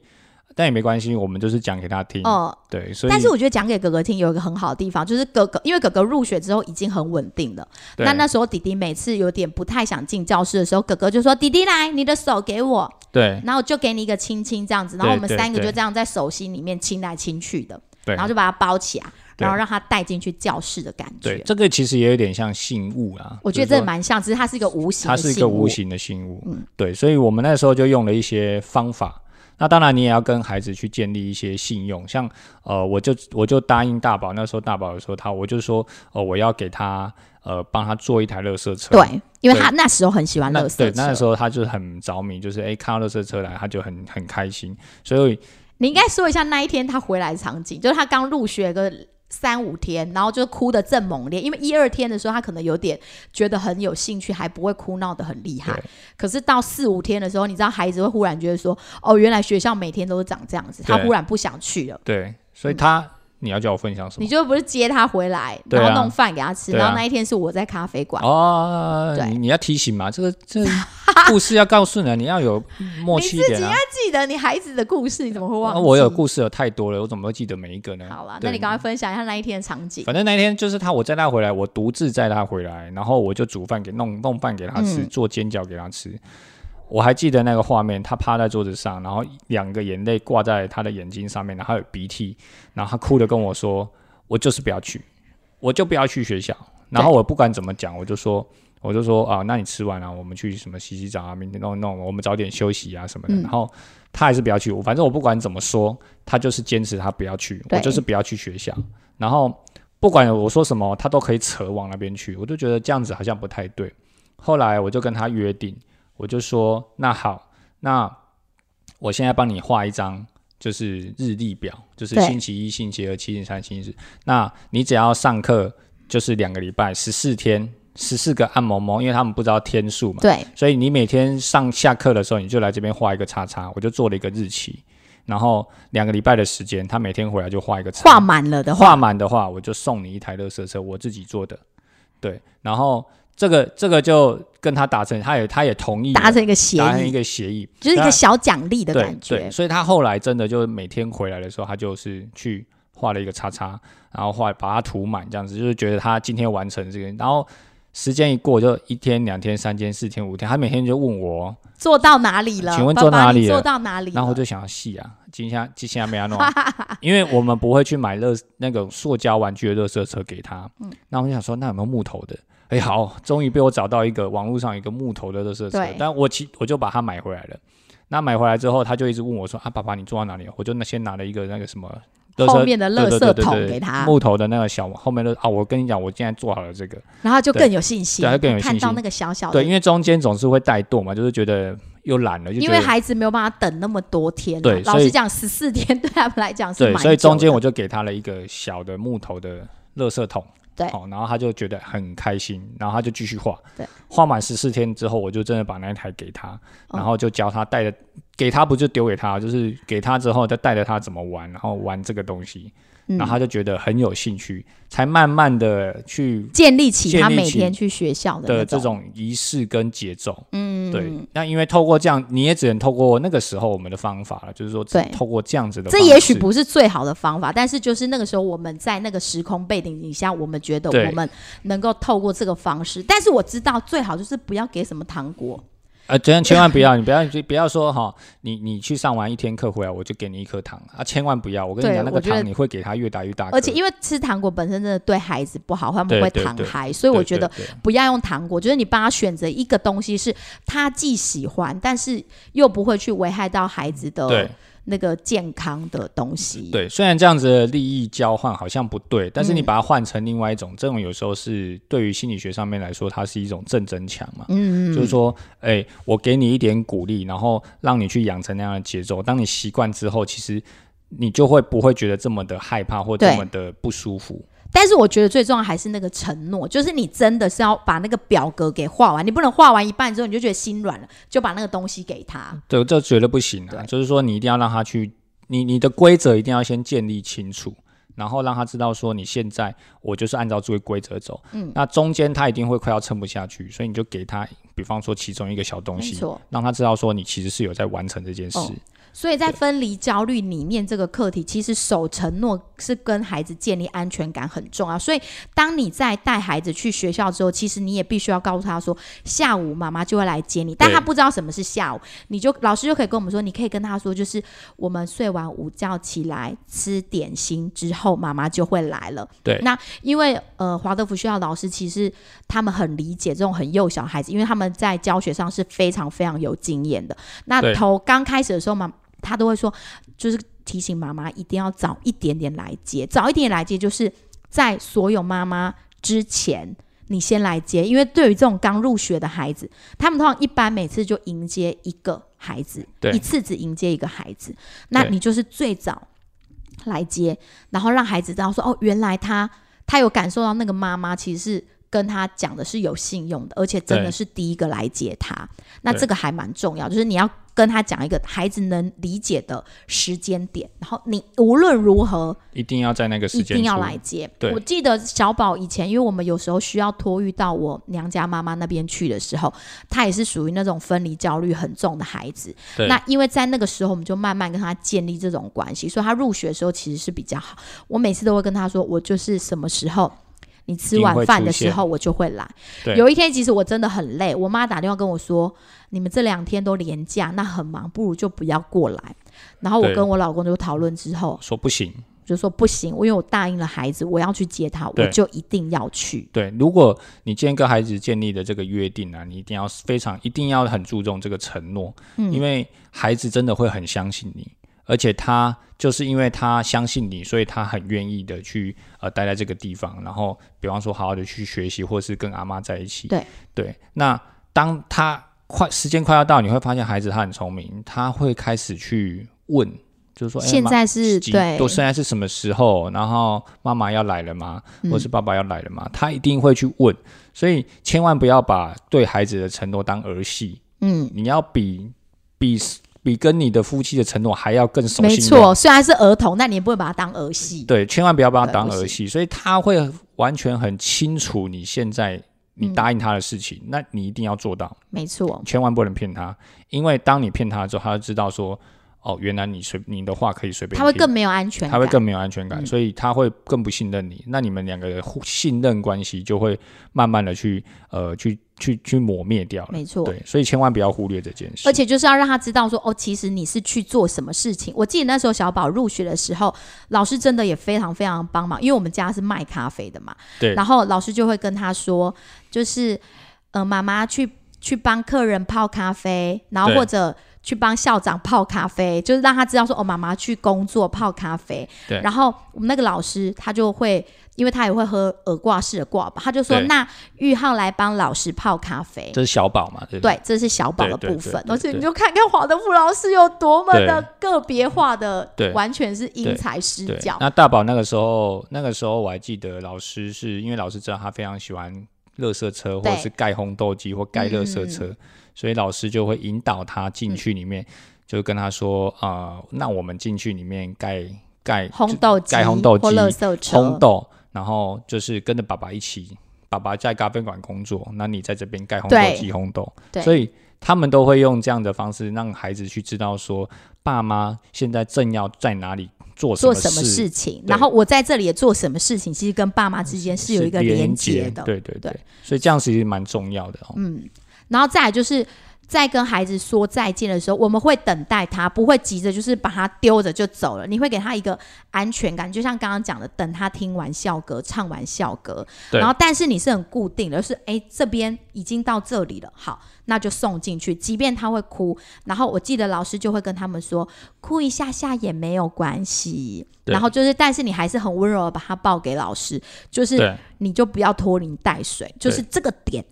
Speaker 2: 但也没关系，我们就是讲给他听。
Speaker 1: 哦、
Speaker 2: 对，嗯所以嗯
Speaker 1: 但是我觉得讲给哥哥听有一个很好的地方，就是哥哥，因为哥哥入学之后已经很稳定了。
Speaker 2: 对
Speaker 1: 那那时候弟弟每次有点不太想进教室的时候，哥哥就说：“弟弟来，你的手给我，
Speaker 2: 对
Speaker 1: 然后就给你一个亲亲这样子。”然后我们
Speaker 2: 对对
Speaker 1: 三个就
Speaker 2: 对
Speaker 1: 这样在手心里面亲来亲去的，
Speaker 2: 对
Speaker 1: 然后就把它包起来，
Speaker 2: 对
Speaker 1: 然后让他带进去教室的感
Speaker 2: 对，
Speaker 1: 觉。
Speaker 2: 这个其实也有点像信物啊。
Speaker 1: 我觉
Speaker 2: 就是
Speaker 1: 得这
Speaker 2: 说
Speaker 1: 蛮像，只是它是一个无形
Speaker 2: 它
Speaker 1: 的
Speaker 2: 是一
Speaker 1: 信
Speaker 2: 个无
Speaker 1: 物。嗯
Speaker 2: 形的信物，对，所以我们那时候就用了一些方法。那当然，你也要跟孩子去建立一些信用，像呃，我就我就答应大宝，那时候大宝有说他，我就说呃，我要给他呃，帮他做一台垃圾车。
Speaker 1: 对，因为
Speaker 2: 对
Speaker 1: 他那时候很喜欢
Speaker 2: 那
Speaker 1: 乐色
Speaker 2: 对，那时
Speaker 1: 车。
Speaker 2: 候他就是很着迷，就是哎、看到垃圾车来，他就很很开心。所以
Speaker 1: 你应该说一下那一天他回来的场景，就是他刚入学个三五天，然后就哭得正猛烈，因为一二天的时候他可能有点觉得很有兴趣，还不会哭闹得很厉害
Speaker 2: 对。
Speaker 1: 可是到四五天的时候，你知道孩子会忽然觉得说，哦，原来学校每天都是长这样子，他
Speaker 2: 对
Speaker 1: 忽然不想去了。
Speaker 2: 对，所以他、你要叫我分享什
Speaker 1: 你
Speaker 2: 么？
Speaker 1: 就不是接他回来，
Speaker 2: 对啊
Speaker 1: 然后弄饭给他吃，
Speaker 2: 对啊
Speaker 1: 然后那一天是我在咖啡馆，
Speaker 2: 哦
Speaker 1: 对，
Speaker 2: 你你要提醒嘛， 这个这个故事要告诉人，你要有默契一点啊。
Speaker 1: 记得你孩子的故事，你怎么会忘
Speaker 2: 啊
Speaker 1: 记？
Speaker 2: 我有故事有太多了，我怎么会记得每一个呢？
Speaker 1: 好了，
Speaker 2: 对
Speaker 1: 那你赶快分享一下那一天的场景。
Speaker 2: 反正那天就是他，我载他回来，我独自载他回来，然后我就煮饭给弄弄饭给他吃，
Speaker 1: 嗯
Speaker 2: 做煎饺给他吃。我还记得那个画面，他趴在桌子上，然后两个眼泪挂在他的眼睛上面，然后有鼻涕，然后他哭着跟我说：“我就是不要去，我就不要去学校。”然后我不管怎么讲，我就说：“我就说啊，那你吃完了、我们去什么洗洗澡啊，明天弄一弄，我们早点休息啊什么的。
Speaker 1: 嗯
Speaker 2: 然后他还是不要去，我反正我不管怎么说，他就是坚持他不要去，我
Speaker 1: 对
Speaker 2: 就是不要去学校。然后不管我说什么，他都可以扯往那边去，我就觉得这样子好像不太对。后来我就跟他约定，我就说那好，那我现在帮你画一张。就是日历表，就是
Speaker 1: 对
Speaker 2: 星期一、星期二、星期三、星期四。那你只要上课就是两个礼拜，十四天，十四个按摩摩，因为他们不知道天数嘛，
Speaker 1: 对，
Speaker 2: 所以你每天上下课的时候，你就来这边画一个叉叉，我就做了一个日期，然后两个礼拜的时间，他每天回来就画一个叉，
Speaker 1: 画满了的
Speaker 2: 画
Speaker 1: 话，
Speaker 2: 满的话，我就送你一台乐色车，我自己做的，对，然后这个这个就跟他达成，他也他也同意了
Speaker 1: 达成一个协
Speaker 2: 达成一
Speaker 1: 议，
Speaker 2: 个协议，
Speaker 1: 就是一
Speaker 2: 那
Speaker 1: 个小奖励的
Speaker 2: 对
Speaker 1: 感
Speaker 2: 对，
Speaker 1: 觉。
Speaker 2: 所以他后来真的就是每天回来的时候，他就是去画了一个叉叉，然后画把它涂满，这样子就是觉得他今天完成这个。然后时间一过，就一天、两天、三天、四天、五天，他每天就问我，
Speaker 1: 做到哪里了？
Speaker 2: 请问
Speaker 1: 爸
Speaker 2: 做
Speaker 1: 爸
Speaker 2: 哪
Speaker 1: 你
Speaker 2: 里了
Speaker 1: 做到哪里了？
Speaker 2: 然后我就想要细啊，今天今天没安弄，啊 因为我们不会去买乐那个塑胶玩具的垃圾车给他。
Speaker 1: 嗯
Speaker 2: 那我就想说，那有没有木头的？哎，好，终于被我找到一个网络上有一个木头的垃圾车
Speaker 1: 对，
Speaker 2: 但我其我就把它买回来了。那买回来之后，他就一直问我说：“啊，爸爸，你做到哪里了？”我就那先拿了一个那个什么垃圾
Speaker 1: 后面的
Speaker 2: 对
Speaker 1: 垃
Speaker 2: 对对
Speaker 1: 圾
Speaker 2: 对
Speaker 1: 桶
Speaker 2: 对
Speaker 1: 给他，
Speaker 2: 木头的那个小后面的啊，我跟你讲，我现在做好了这个，
Speaker 1: 然后就
Speaker 2: 对
Speaker 1: 更有信心，
Speaker 2: 对他更有信
Speaker 1: 看到
Speaker 2: 心
Speaker 1: 那个小小
Speaker 2: 对，因
Speaker 1: 的，
Speaker 2: 为中间总是会怠惰嘛，就是觉得又懒了，就
Speaker 1: 因
Speaker 2: 觉
Speaker 1: 为
Speaker 2: 得
Speaker 1: 孩子没有办法等那么多天啊。
Speaker 2: 对
Speaker 1: 老
Speaker 2: 所
Speaker 1: 实
Speaker 2: 以
Speaker 1: 讲，十四天对他们来讲是
Speaker 2: 对，
Speaker 1: 蛮
Speaker 2: 所以
Speaker 1: 久
Speaker 2: 中间
Speaker 1: 的
Speaker 2: 我就给他了一个小的木头的垃圾桶。
Speaker 1: 对
Speaker 2: 哦，然后他就觉得很开心，然后他就继续画。
Speaker 1: 对，
Speaker 2: 画满十四天之后，我就真的把那一台给他，
Speaker 1: 嗯
Speaker 2: 然后就教他带着，给他不就丢给他，就是给他之后再带着他怎么玩，然后玩这个东西，
Speaker 1: 嗯
Speaker 2: 然后他就觉得很有兴趣，才慢慢的去
Speaker 1: 建立起他
Speaker 2: 建立
Speaker 1: 每
Speaker 2: 起
Speaker 1: 天去学校的
Speaker 2: 的
Speaker 1: 那
Speaker 2: 这种仪式跟节奏。
Speaker 1: 嗯，
Speaker 2: 对，那因为透过这样，你也只能透过那个时候我们的方法了，就是说，
Speaker 1: 对
Speaker 2: 透过这样子的方
Speaker 1: 这
Speaker 2: 式，
Speaker 1: 也许不是最好的方法，但是就是那个时候我们在那个时空背景底下，我们觉得
Speaker 2: 对
Speaker 1: 我们能够透过这个方式。但是我知道最好就是不要给什么糖果，
Speaker 2: 呃，真的千万不要，你不要不要说哈，你你去上完一天课回来，我就给你一颗糖啊，千万不要！我跟你
Speaker 1: 对
Speaker 2: 讲，那
Speaker 1: 我
Speaker 2: 个
Speaker 1: 觉得
Speaker 2: 糖你会给他越打越大颗，
Speaker 1: 而且因为吃糖果本身真的对孩子不好，他们
Speaker 2: 啊对
Speaker 1: 会
Speaker 2: 对
Speaker 1: 糖
Speaker 2: 对
Speaker 1: 嗨，所以我
Speaker 2: 对
Speaker 1: 觉
Speaker 2: 对
Speaker 1: 得
Speaker 2: 对
Speaker 1: 不要用糖果，就是你帮他选择一个东西是他既喜欢，但是又不会去危害到孩子的
Speaker 2: 对
Speaker 1: 那个健康的东西。
Speaker 2: 对，虽然这样子的利益交换好像不对，但
Speaker 1: 嗯
Speaker 2: 是你把它换成另外一种，这种有时候是对于心理学上面来说，它是一种正增强嘛。
Speaker 1: 嗯，嗯，
Speaker 2: 就是说，哎、我给你一点鼓励，然后让你去养成那样的节奏。当你习惯之后，其实你就会不会觉得这么的害怕或
Speaker 1: 对
Speaker 2: 这么的不舒服。
Speaker 1: 但是我觉得最重要还是那个承诺，就是你真的是要把那个表格给画完，你不能画完一半之后你就觉得心软了，就把那个东西给他。
Speaker 2: 对，这绝对不行啊！
Speaker 1: 对
Speaker 2: 就是说，你一定要让他去，你你的规则一定要先建立清楚，然后让他知道说，你现在我就是按照这个规则走。嗯，那中间他一定会快要撑不下去，所以你就给他，比方说其中一个小东
Speaker 1: 没
Speaker 2: 西
Speaker 1: 错，
Speaker 2: 让他知道说你其实是有在完成这件事。
Speaker 1: 哦所以在分离焦虑里面这个课题，其实守承诺是跟孩子建立安全感很重要。所以当你在带孩子去学校之后，其实你也必须要告诉他说，下午妈妈就会来接你，但他不知道什么是下午，你就老师就可以跟我们说，你可以跟他说，就是我们睡完午觉起来吃点心之后，妈妈就会来了。
Speaker 2: 对
Speaker 1: 那因为呃华德福学校老师其实他们很理解这种很幼小孩子，因为他们在教学上是非常非常有经验的。那
Speaker 2: 对
Speaker 1: 头刚开始的时候嘛，他都会说，就是提醒妈妈一定要早一点点来接，早一点来接，就是在所有妈妈之前。你先来接，因为对于这种刚入学的孩子，他们通常一般每次就迎接一个孩子，
Speaker 2: 对
Speaker 1: 一次只迎接一个孩子。那
Speaker 2: 对
Speaker 1: 你就是最早来接，然后让孩子知道说，哦，原来他他有感受到那个妈妈其实是跟他讲的是有信用的，而且真的
Speaker 2: 对
Speaker 1: 是第一个来接他。那
Speaker 2: 对
Speaker 1: 这个还蛮重要，就是你要跟他讲一个孩子能理解的时间点，然后你无论如何
Speaker 2: 一定要在那个时
Speaker 1: 一
Speaker 2: 间
Speaker 1: 定要
Speaker 2: 出
Speaker 1: 来接。
Speaker 2: 对
Speaker 1: 我记得小宝以前，因为我们有时候需要托育到我娘家妈妈那边去的时候，他也是属于那种分离焦虑很重的孩子。
Speaker 2: 对
Speaker 1: 那因为在那个时候，我们就慢慢跟他建立这种关系，所以他入学的时候其实是比较好。我每次都会跟他说，我就是什么时候。你吃完饭的时候，我就会来。
Speaker 2: 对
Speaker 1: 有一天，其实我真的很累，我妈打电话跟我说：“你们这两天都连假，那很忙，不如就不要过来。”然后我
Speaker 2: 对
Speaker 1: 跟我老公就讨论之后，
Speaker 2: 说不行。
Speaker 1: 我就说不行，因为我答应了孩子，我要去接他，我
Speaker 2: 对
Speaker 1: 就一定要去。
Speaker 2: 对，如果你今天跟孩子建立的这个约定啊，你一定要非常，一定要很注重这个承诺，
Speaker 1: 嗯
Speaker 2: 因为孩子真的会很相信你，而且他就是因为他相信你，所以他很愿意的去呃待在这个地方，然后比方说好好的去学习，或是跟阿妈在一起。
Speaker 1: 对
Speaker 2: 对，那当他快时间快要到，你会发现孩子他很聪明，他会开始去问，就是说，哎
Speaker 1: 现
Speaker 2: 妈
Speaker 1: 在是
Speaker 2: 几
Speaker 1: 对
Speaker 2: 都现在是什么时候？然后妈妈要来了吗？
Speaker 1: 嗯
Speaker 2: 或是爸爸要来了吗？他一定会去问，所以千万不要把对孩子的承诺当儿戏，
Speaker 1: 嗯，
Speaker 2: 你要比比比跟你的夫妻的承诺还要更守
Speaker 1: 没
Speaker 2: 信用。
Speaker 1: 错，虽然是儿童，但你也不会把他当儿戏。
Speaker 2: 哦对，千万不要把它
Speaker 1: 对
Speaker 2: 当
Speaker 1: 不
Speaker 2: 儿
Speaker 1: 行
Speaker 2: 戏，所以他会完全很清楚你现在你答应他的事情，
Speaker 1: 嗯
Speaker 2: 那你一定要做到，
Speaker 1: 没错，
Speaker 2: 千万不能骗他，因为当你骗他之后，他就知道说，哦，原来你随你的话可以随便听，
Speaker 1: 他会更没有安全
Speaker 2: 他
Speaker 1: 感。嗯
Speaker 2: 会更没有安全感，所以他会更不信任你。那你们两个的互信任关系就会慢慢的去呃去去去磨灭掉了。
Speaker 1: 没错。
Speaker 2: 对，所以千万不要忽略这件事。
Speaker 1: 而且就是要让他知道说，哦，其实你是去做什么事情。我记得那时候小宝入学的时候，老师真的也非常非常帮忙，因为我们家是卖咖啡的嘛。
Speaker 2: 对
Speaker 1: 然后老师就会跟他说，就是呃，妈妈去去帮客人泡咖啡，然后
Speaker 2: 对
Speaker 1: 或者去帮校长泡咖啡，就是让他知道说哦，妈妈去工作泡咖啡。
Speaker 2: 对
Speaker 1: 然后我们那个老师他就会，因为他也会喝耳挂式的挂吧，他就说
Speaker 2: 对
Speaker 1: 那玉浩来帮老师泡咖啡。
Speaker 2: 这是小宝嘛，对不对？
Speaker 1: 对，这是小宝的
Speaker 2: 对对
Speaker 1: 部分，
Speaker 2: 对对
Speaker 1: 而且你
Speaker 2: 对
Speaker 1: 就看看华德福老师有多么的
Speaker 2: 对
Speaker 1: 个别化的
Speaker 2: 对，
Speaker 1: 完全是因
Speaker 2: 对
Speaker 1: 材施
Speaker 2: 对
Speaker 1: 教，。
Speaker 2: 那大宝那个时候，那个时候我还记得老师是因为老师知道他非常喜欢乐色车或
Speaker 1: 对嗯
Speaker 2: 者是盖烘豆机或盖乐色车，所以老师就会引导他进去里面，就跟他说啊、呃那我们进去里面盖盖
Speaker 1: 烘豆机
Speaker 2: 盖烘豆机
Speaker 1: 或垃圾车，
Speaker 2: 烘豆，然后就是跟着爸爸一起，爸爸在咖啡馆工作，那你在这边盖烘
Speaker 1: 对
Speaker 2: 豆机烘豆，
Speaker 1: 对
Speaker 2: 所以他们都会用这样的方式让孩子去知道说，爸妈现在正要在哪里做什
Speaker 1: 做
Speaker 2: 么
Speaker 1: 什么
Speaker 2: 事
Speaker 1: 事情，
Speaker 2: 对
Speaker 1: 然后我在这里也做什么事情，其实跟爸妈之间是有一个连
Speaker 2: 连
Speaker 1: 接
Speaker 2: 接
Speaker 1: 的。
Speaker 2: 对对
Speaker 1: 对
Speaker 2: 对，
Speaker 1: 嗯
Speaker 2: 所以这样其实蛮重要的哦。
Speaker 1: 然后再来就是在跟孩子说再见的时候，我们会等待他，不会急着就是把他丢着就走了。你会给他一个安全感，就像刚刚讲的，等他听完校歌，唱完校歌，
Speaker 2: 对
Speaker 1: 然后但是你是很固定的，就是哎这边已经到这里了，好，那就送进去，即便他会哭。然后我记得老师就会跟他们说，哭一下下也没有关系。
Speaker 2: 对
Speaker 1: 然后就是，但是你还是很温柔的把他抱给老师，就是
Speaker 2: 对
Speaker 1: 你就不要拖泥带水，就
Speaker 2: 对
Speaker 1: 是这个点，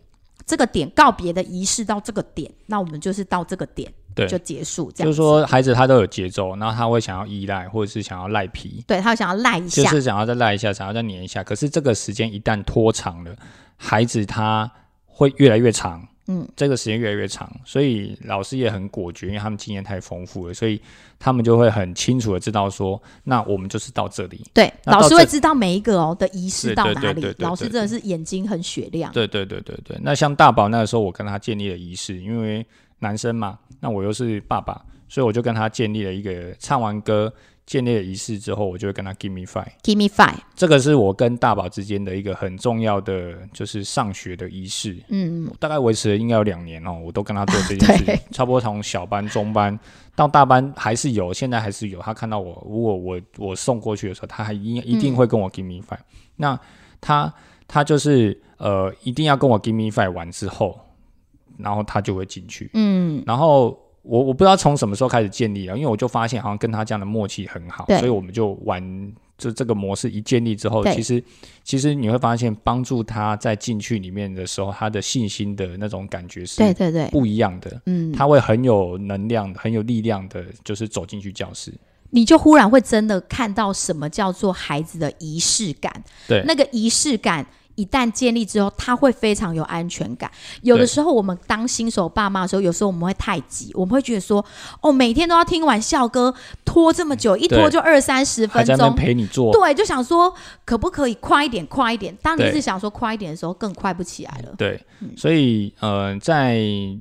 Speaker 1: 这个点告别的仪式到这个点，那我们就是到这个点
Speaker 2: 对，
Speaker 1: 就结束，这
Speaker 2: 就
Speaker 1: 样
Speaker 2: 是
Speaker 1: 子
Speaker 2: 说孩子他都有节奏，然后他会想要依赖或者是想要赖皮，
Speaker 1: 对他想要赖一
Speaker 2: 就
Speaker 1: 下，
Speaker 2: 是想要再赖一下，想要再黏一下。可是这个时间一旦拖长了，孩子他会越来越长，
Speaker 1: 嗯，
Speaker 2: 这个时间越来越长，所以老师也很果决，因为他们经验太丰富了，所以他们就会很清楚的知道说，那我们就是到这里。
Speaker 1: 对，
Speaker 2: 那到
Speaker 1: 老师会
Speaker 2: 这
Speaker 1: 知道每一个哦的仪式
Speaker 2: 对
Speaker 1: 到
Speaker 2: 对
Speaker 1: 哪
Speaker 2: 对
Speaker 1: 里
Speaker 2: 对，对
Speaker 1: 老师
Speaker 2: 对
Speaker 1: 真的是眼睛很雪亮，
Speaker 2: 对对对对对。那像大宝那个时候，我跟他建立了仪式，因为男生嘛，那我又是爸爸，所以我就跟他建立了一个唱完歌建立了仪式之后，我就会跟他 give me five。
Speaker 1: Give me five，
Speaker 2: 这个是我跟大宝之间的一个很重要的，就是上学的仪式，
Speaker 1: 嗯，
Speaker 2: 大概维持了应该有两年哦，我都跟他做这件事情
Speaker 1: 对，
Speaker 2: 差不多从小班、中班到大班还是有，现在还是有。他看到我，如果我我送过去的时候，他还一一定会跟我 give me five、那他他就是呃，一定要跟我 give me five 完之后，然后他就会进去。嗯，然后。我我不知道从什么时候开始建立了，啊因为我就发现好像跟他这样的默契很好，
Speaker 1: 对
Speaker 2: 所以我们就玩就这个模式一建立之后，
Speaker 1: 对
Speaker 2: 其实其实你会发现，帮助他在进去里面的时候，他的信心的那种感觉
Speaker 1: 对
Speaker 2: 是
Speaker 1: 对对，
Speaker 2: 不一样的。
Speaker 1: 嗯，
Speaker 2: 他会很有能量、很有力量的，就是走进去教室。
Speaker 1: 你就忽然会真的看到什么叫做孩子的仪式感。
Speaker 2: 对
Speaker 1: 那个仪式感一旦建立之后，他会非常有安全感。有的
Speaker 2: 对
Speaker 1: 时候我们当新手爸妈的时候，有时候我们会太急，我们会觉得说，哦，每天都要听完校歌，拖这么久，一拖
Speaker 2: 嗯对
Speaker 1: 就二三十
Speaker 2: 还
Speaker 1: 分
Speaker 2: 在那边
Speaker 1: 钟。
Speaker 2: 陪你做，
Speaker 1: 对，就想说可不可以快一点，快一点。当你
Speaker 2: 对
Speaker 1: 一直想说快一点的时候，更快不起来了。
Speaker 2: 对，
Speaker 1: 嗯
Speaker 2: 所以呃，在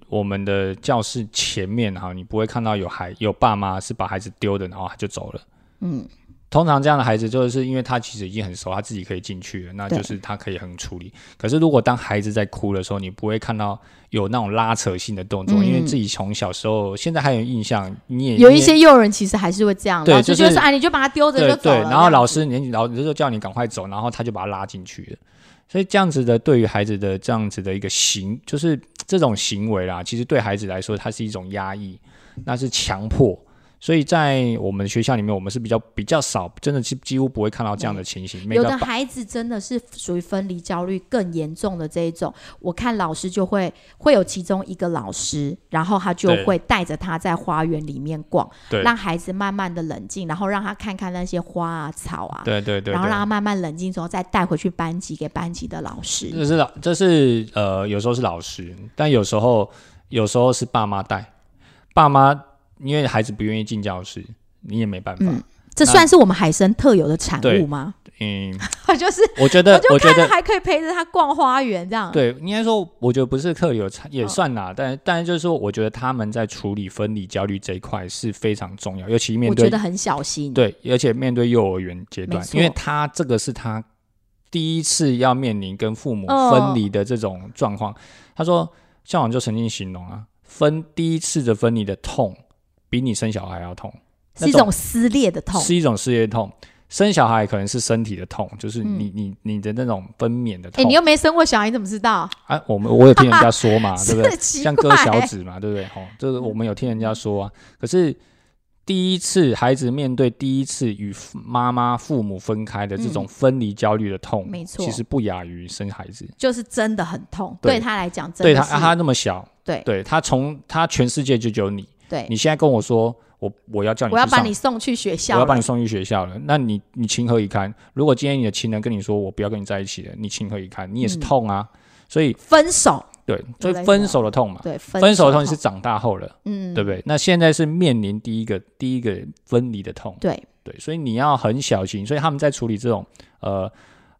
Speaker 2: 我们的教室前面哈，你不会看到有孩有爸妈是把孩子丢的，然后他就走了。
Speaker 1: 嗯，
Speaker 2: 通常这样的孩子，就是因为他其实已经很熟，他自己可以进去了，那
Speaker 1: 对
Speaker 2: 就是他可以很处理。可是如果当孩子在哭的时候，你不会看到有那种拉扯性的动作，
Speaker 1: 嗯
Speaker 2: 因为自己从小时候现在还有印象，你也
Speaker 1: 有
Speaker 2: 你
Speaker 1: 一
Speaker 2: 也
Speaker 1: 些幼儿园其实还是会这样，
Speaker 2: 对
Speaker 1: 老师
Speaker 2: 就
Speaker 1: 就会
Speaker 2: 是
Speaker 1: 说：“哎，你就把他丢着
Speaker 2: 对
Speaker 1: 就走了。”
Speaker 2: 然后老
Speaker 1: 师
Speaker 2: 师年纪老师就叫你赶快走，然后他就把他拉进去了。所以这样子的，对于孩子的这样子的一个行，就是这种行为啦，其实对孩子来说，它是一种压抑，那是强迫。所以在我们学校里面，我们是比较比较少，真的是几乎不会看到这样的情形。每
Speaker 1: 有
Speaker 2: 个
Speaker 1: 的
Speaker 2: 班
Speaker 1: 孩子真的是属于分离焦虑更严重的这一种，我看老师就会会有其中一个老师，然后他就
Speaker 2: 对
Speaker 1: 会带着他在花园里面逛，
Speaker 2: 对
Speaker 1: 让孩子慢慢的冷静，然后让他看看那些花啊草啊，
Speaker 2: 对对对
Speaker 1: 然后
Speaker 2: 对
Speaker 1: 让他慢慢冷静之后再带回去班级给班级的老师。
Speaker 2: 这是老，这是呃，有时候是老师，但有时候有时候是爸妈带，爸妈因为孩子不愿意进教室，你也没办法。
Speaker 1: 嗯这算是我们海参特有的产
Speaker 2: 对
Speaker 1: 物吗？
Speaker 2: 嗯，
Speaker 1: 就是
Speaker 2: 我觉
Speaker 1: 我
Speaker 2: 得，
Speaker 1: 就
Speaker 2: 我觉
Speaker 1: 看着
Speaker 2: 得
Speaker 1: 还可以陪着他逛花园这样。
Speaker 2: 对，应该说，我觉得不是特有差也
Speaker 1: 嗯
Speaker 2: 算啦，但但是就是说，我觉得他们在处理分离焦虑这一块是非常重要，尤其面
Speaker 1: 我觉
Speaker 2: 对
Speaker 1: 得很小心。
Speaker 2: 对，而且面对幼儿园阶
Speaker 1: 没
Speaker 2: 段，因为
Speaker 1: 错
Speaker 2: 他这个是他第一次要面临跟父母
Speaker 1: 哦
Speaker 2: 分离的这种状况。他说，校长就曾经形容啊，分第一次的分离的痛，比你生小孩还要痛，
Speaker 1: 是一
Speaker 2: 那种
Speaker 1: 种撕裂的痛。
Speaker 2: 是一种撕裂痛。生小孩可能是身体的痛，就是你、你你的那种分娩的
Speaker 1: 哎、
Speaker 2: 痛。
Speaker 1: 嗯你又没生过小孩，你怎么知道？
Speaker 2: 啊，我们我有听人家 说嘛，对不对？
Speaker 1: 是奇
Speaker 2: 像割
Speaker 1: 怪嗯
Speaker 2: 小指嘛，对不对？哦，这个我们有听人家说啊。可是第一次孩子面对第一次与父妈妈、父母分开的这种分离焦虑的痛，
Speaker 1: 嗯没错
Speaker 2: 其实不亚于生孩子。
Speaker 1: 就是真的很痛，
Speaker 2: 对
Speaker 1: 对他来讲，真
Speaker 2: 对
Speaker 1: 的
Speaker 2: 他，
Speaker 1: 是
Speaker 2: 啊他那么小，
Speaker 1: 对
Speaker 2: 对他从他全世界就只有你。
Speaker 1: 对
Speaker 2: 你现在跟我说，我我要叫你
Speaker 1: 我要
Speaker 2: 去
Speaker 1: 把
Speaker 2: 上
Speaker 1: 你送去学校了，
Speaker 2: 我要把你送去学校了，那你你情何以堪？如果今天你的情人跟你说我不要跟你在一起了，你情何以堪？你也
Speaker 1: 嗯
Speaker 2: 是痛啊，所以
Speaker 1: 分手，
Speaker 2: 对，所以
Speaker 1: 类似
Speaker 2: 分
Speaker 1: 的
Speaker 2: 手的痛嘛，
Speaker 1: 对，分
Speaker 2: 分手的
Speaker 1: 痛
Speaker 2: 痛是长大后了，
Speaker 1: 嗯，
Speaker 2: 对不对？那现在是面临第一个第一个分离的痛，
Speaker 1: 对
Speaker 2: 对，所以你要很小心。所以他们在处理这种呃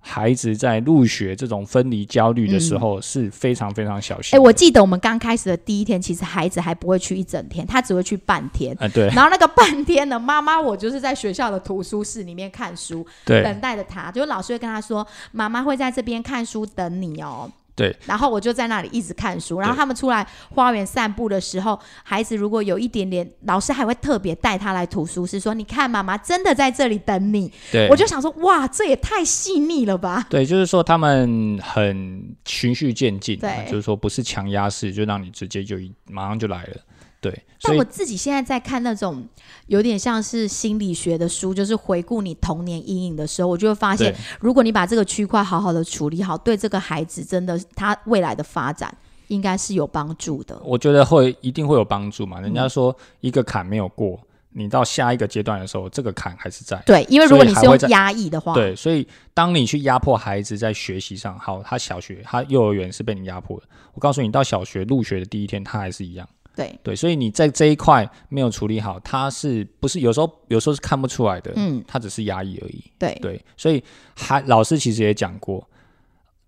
Speaker 2: 孩子在入学这种分离焦虑的时候是非常非常
Speaker 1: 嗯
Speaker 2: 小
Speaker 1: 哎、
Speaker 2: 心的。
Speaker 1: 我记得我们刚开始的第一天，其实孩子还不会去一整天，他只会去半天。
Speaker 2: 啊，对
Speaker 1: 然后那个半天呢，妈妈我就是在学校的图书室里面看书，
Speaker 2: 对
Speaker 1: 等待着他。就是老师会跟他说，妈妈会在这边看书等你哦。
Speaker 2: 对，
Speaker 1: 然后我就在那里一直看书。然后他们出来花园散步的时候，孩子如果有一点点，老师还会特别带他来图书室，说：“你看，妈妈真的在这里等你。”
Speaker 2: 对，
Speaker 1: 我就想说，哇，这也太细腻了吧！
Speaker 2: 对，就是说他们很循序渐进啊、
Speaker 1: 对
Speaker 2: 就是说不是强压式，就让你直接就一马上就来了。对，所
Speaker 1: 但
Speaker 2: 以
Speaker 1: 我自己现在在看那种有点像是心理学的书，就是回顾你童年阴影的时候，我就会发现
Speaker 2: 对，
Speaker 1: 如果你把这个区块好好的处理好，对这个孩子真的他未来的发展应该是有帮助的。
Speaker 2: 我觉得会一定会有帮助嘛。人
Speaker 1: 嗯
Speaker 2: 家说一个坎没有过，你到下一个阶段的时候，这个坎还是在。
Speaker 1: 对，因为如果你是
Speaker 2: 所以还
Speaker 1: 用
Speaker 2: 会再
Speaker 1: 压抑的话，
Speaker 2: 对，所以当你去压迫孩子在学习上，好，他小学、他幼儿园是被你压迫的。我告诉你，到小学入学的第一天，他还是一样。
Speaker 1: 对
Speaker 2: 对，所以你在这一块没有处理好，他是不是有时候有时候是看不出来的，
Speaker 1: 嗯，
Speaker 2: 他只是压抑而已。
Speaker 1: 对
Speaker 2: 对，所以还老师其实也讲过，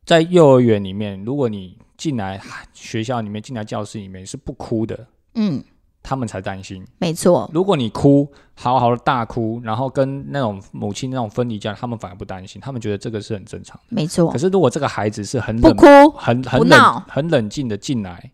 Speaker 2: 在幼儿园里面，如果你进来啊学校里面、进来教室里面是不哭的，
Speaker 1: 嗯，
Speaker 2: 他们才担心。
Speaker 1: 没错，
Speaker 2: 如果你哭，好好的大哭，然后跟那种母亲那种分离家，他们反而不担心，他们觉得这个是很正常的。
Speaker 1: 没错
Speaker 2: 可，是如果这个孩子是很
Speaker 1: 不
Speaker 2: 冷、
Speaker 1: 哭，
Speaker 2: 很很
Speaker 1: 不
Speaker 2: 冷
Speaker 1: 闹、
Speaker 2: 很冷静的进来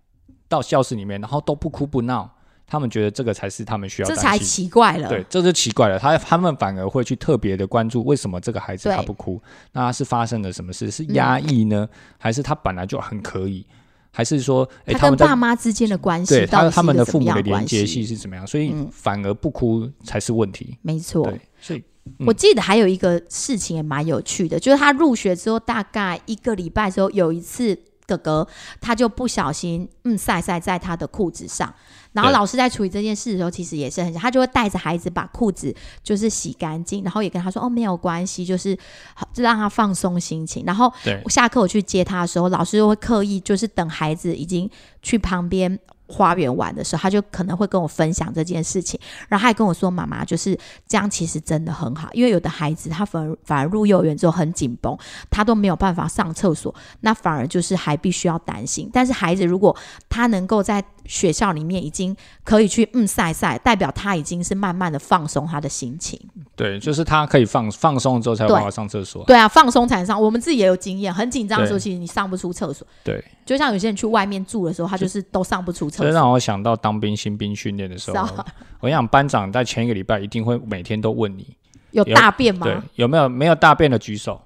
Speaker 2: 到教室里面，然后都不哭不闹，他们觉得这个才是他们需要
Speaker 1: 这
Speaker 2: 担心
Speaker 1: 才
Speaker 2: 的
Speaker 1: 奇怪了。
Speaker 2: 对，这就奇怪了，他他们反而会去特别的关注为什么这个孩子他
Speaker 1: 对
Speaker 2: 不哭，那他是发生了什么事？是压抑呢，还是他本来就很可以？还是说，
Speaker 1: 他
Speaker 2: 哎、他
Speaker 1: 跟
Speaker 2: 们在
Speaker 1: 爸妈之间的关系
Speaker 2: 对
Speaker 1: 到
Speaker 2: 他
Speaker 1: 底是
Speaker 2: 他
Speaker 1: 一
Speaker 2: 们
Speaker 1: 个
Speaker 2: 的
Speaker 1: 怎
Speaker 2: 父
Speaker 1: 么
Speaker 2: 母
Speaker 1: 样
Speaker 2: 的
Speaker 1: 的
Speaker 2: 连
Speaker 1: 关
Speaker 2: 接系
Speaker 1: 系？
Speaker 2: 是怎么样？所以
Speaker 1: 嗯
Speaker 2: 反而不哭才是问题。
Speaker 1: 没错，
Speaker 2: 对，所以嗯
Speaker 1: 我记得还有一个事情也蛮有趣的，就是他入学之后大概一个礼拜之后，有一次哥哥他就不小心嗯晒晒在他的裤子上，然后
Speaker 2: 对
Speaker 1: 老师在处理这件事的时候，其实也是很想，他就会带着孩子把裤子就是洗干净，然后也跟他说哦没有关系，就是好就让他放松心情。然后
Speaker 2: 对
Speaker 1: 我下课我去接他的时候，老师就会刻意就是等孩子已经去旁边。花园玩的时候，他就可能会跟我分享这件事情，然后他还跟我说：“妈妈，就是这样其实真的很好，因为有的孩子他反而反而入幼儿园之后很紧绷，他都没有办法上厕所，那反而就是还必须要担心。但是孩子如果他能够在学校里面已经可以去嗯晒晒，代表他已经是慢慢的放松他的心情。
Speaker 2: 对，就是他可以放放松之后才有
Speaker 1: 对
Speaker 2: 办法上厕所。
Speaker 1: 对啊，放松才能上。我们自己也有经验，很紧张的时候，
Speaker 2: 对
Speaker 1: 其实你上不出厕所。
Speaker 2: 对，
Speaker 1: 就像有些人去外面住的时候，他就是都上不出
Speaker 2: 这
Speaker 1: 厕所。
Speaker 2: 让我想到当兵新兵训练的时
Speaker 1: 是
Speaker 2: 候
Speaker 1: 啊，
Speaker 2: 我想班长在前一个礼拜一定会每天都问你，
Speaker 1: 有
Speaker 2: 有
Speaker 1: 大便吗
Speaker 2: 对？，有没有没有大便的举手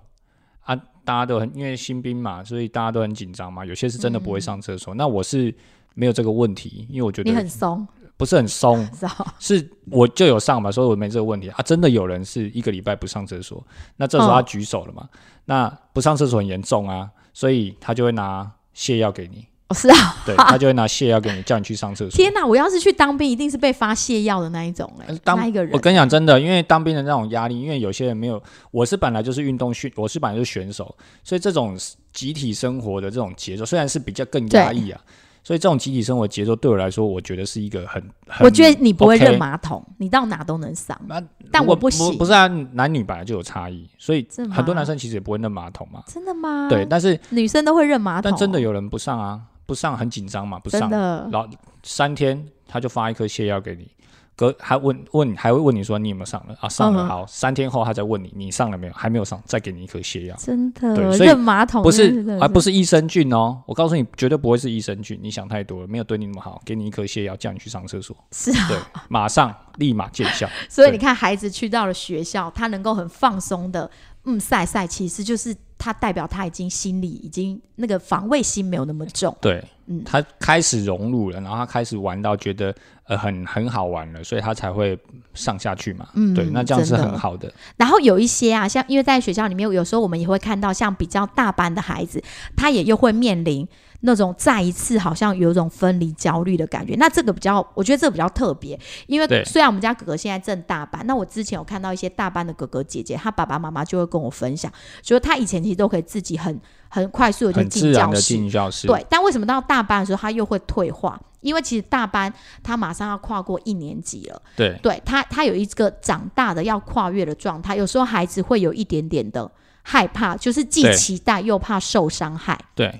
Speaker 2: 啊？大家都很因为新兵嘛，所以大家都很紧张嘛。有些是真的不会上厕所，那我是没有这个问题，因为我觉
Speaker 1: 你
Speaker 2: 得
Speaker 1: 很松，
Speaker 2: 不是很松，
Speaker 1: 知道？
Speaker 2: 是我就有上嘛，所以我没这个问题啊。真的有人是一个礼拜不上厕所，那这时候
Speaker 1: 嗯
Speaker 2: 他举手了嘛，那不上厕所很严重啊，所以他就会拿泻药给你，
Speaker 1: 哦，是啊！
Speaker 2: 对他就会拿泻药给你，叫你去上厕所。
Speaker 1: 天哪，我要是去当兵，一定是被发泻药的那一种哎、
Speaker 2: 呃当
Speaker 1: 那一个人。
Speaker 2: 我跟你讲真的，因为当兵的那种压力，因为有些人没有，我是本来就是运动训，我是本来就是选手，所以这种集体生活的这种节奏，虽然是比较更压抑啊，所以这种集体生活节奏对我来说，我觉得是一个很，很
Speaker 1: 我觉得你不会
Speaker 2: OK
Speaker 1: 认马桶你到哪都能上，
Speaker 2: 那
Speaker 1: 但
Speaker 2: 如
Speaker 1: 我
Speaker 2: 果
Speaker 1: 不行
Speaker 2: 不是啊，男女本来就有差异，所以
Speaker 1: 真的吗
Speaker 2: 很多男生其实也不会认马桶嘛，
Speaker 1: 真的吗？
Speaker 2: 对，，但是
Speaker 1: 女生都会认马桶，
Speaker 2: 但真的有人不上啊，不上很紧张嘛，不
Speaker 1: 真
Speaker 2: 上，
Speaker 1: 的
Speaker 2: 然后三天他就发一颗泻药给你，隔还问问还会问你说你有没有上了啊？上了，
Speaker 1: 嗯
Speaker 2: 好，三天后他再问你你上了没有？还没有上，再给你一颗泻药。
Speaker 1: 真的
Speaker 2: 对所以
Speaker 1: 认马桶
Speaker 2: 不
Speaker 1: 真
Speaker 2: 是
Speaker 1: 的，
Speaker 2: 啊，不
Speaker 1: 是
Speaker 2: 是益生菌哦！我告诉你，绝对不会是益生菌，你想太多了，没有对你那么好，给你一颗泻药，叫你去上厕所，
Speaker 1: 是啊。
Speaker 2: 对，马上立马见效。
Speaker 1: 所以你看，孩子去到了学校，他能够很放松的嗯晒晒，其实就是他代表他已经心里已经那个防卫心没有那么重。
Speaker 2: 对
Speaker 1: 嗯，
Speaker 2: 他开始融入了，然后他开始玩到觉得呃很很好玩了，所以他才会上下去嘛。
Speaker 1: 嗯
Speaker 2: 对，那这样是
Speaker 1: 真的
Speaker 2: 很好的。
Speaker 1: 然后有一些啊，像因为在学校里面，有时候我们也会看到，像比较大班的孩子，他也又会面临那种再一次好像有一种分离焦虑的感觉。那这个比较，我觉得这个比较特别，因为
Speaker 2: 对
Speaker 1: 虽然我们家哥哥现在正大班，那我之前有看到一些大班的哥哥姐姐，他爸爸妈妈就会跟我分享，就是他以前其实都可以自己很很快速的就
Speaker 2: 很自
Speaker 1: 进
Speaker 2: 然
Speaker 1: 教
Speaker 2: 的
Speaker 1: 室，
Speaker 2: 进教室。
Speaker 1: 对，但为什么到大班的时候他又会退化？因为其实大班他马上要跨过一年级了，
Speaker 2: 对
Speaker 1: 对他他有一个长大的要跨越的状态，有时候孩子会有一点点的害怕，就是既
Speaker 2: 对
Speaker 1: 期待又怕受伤害，
Speaker 2: 对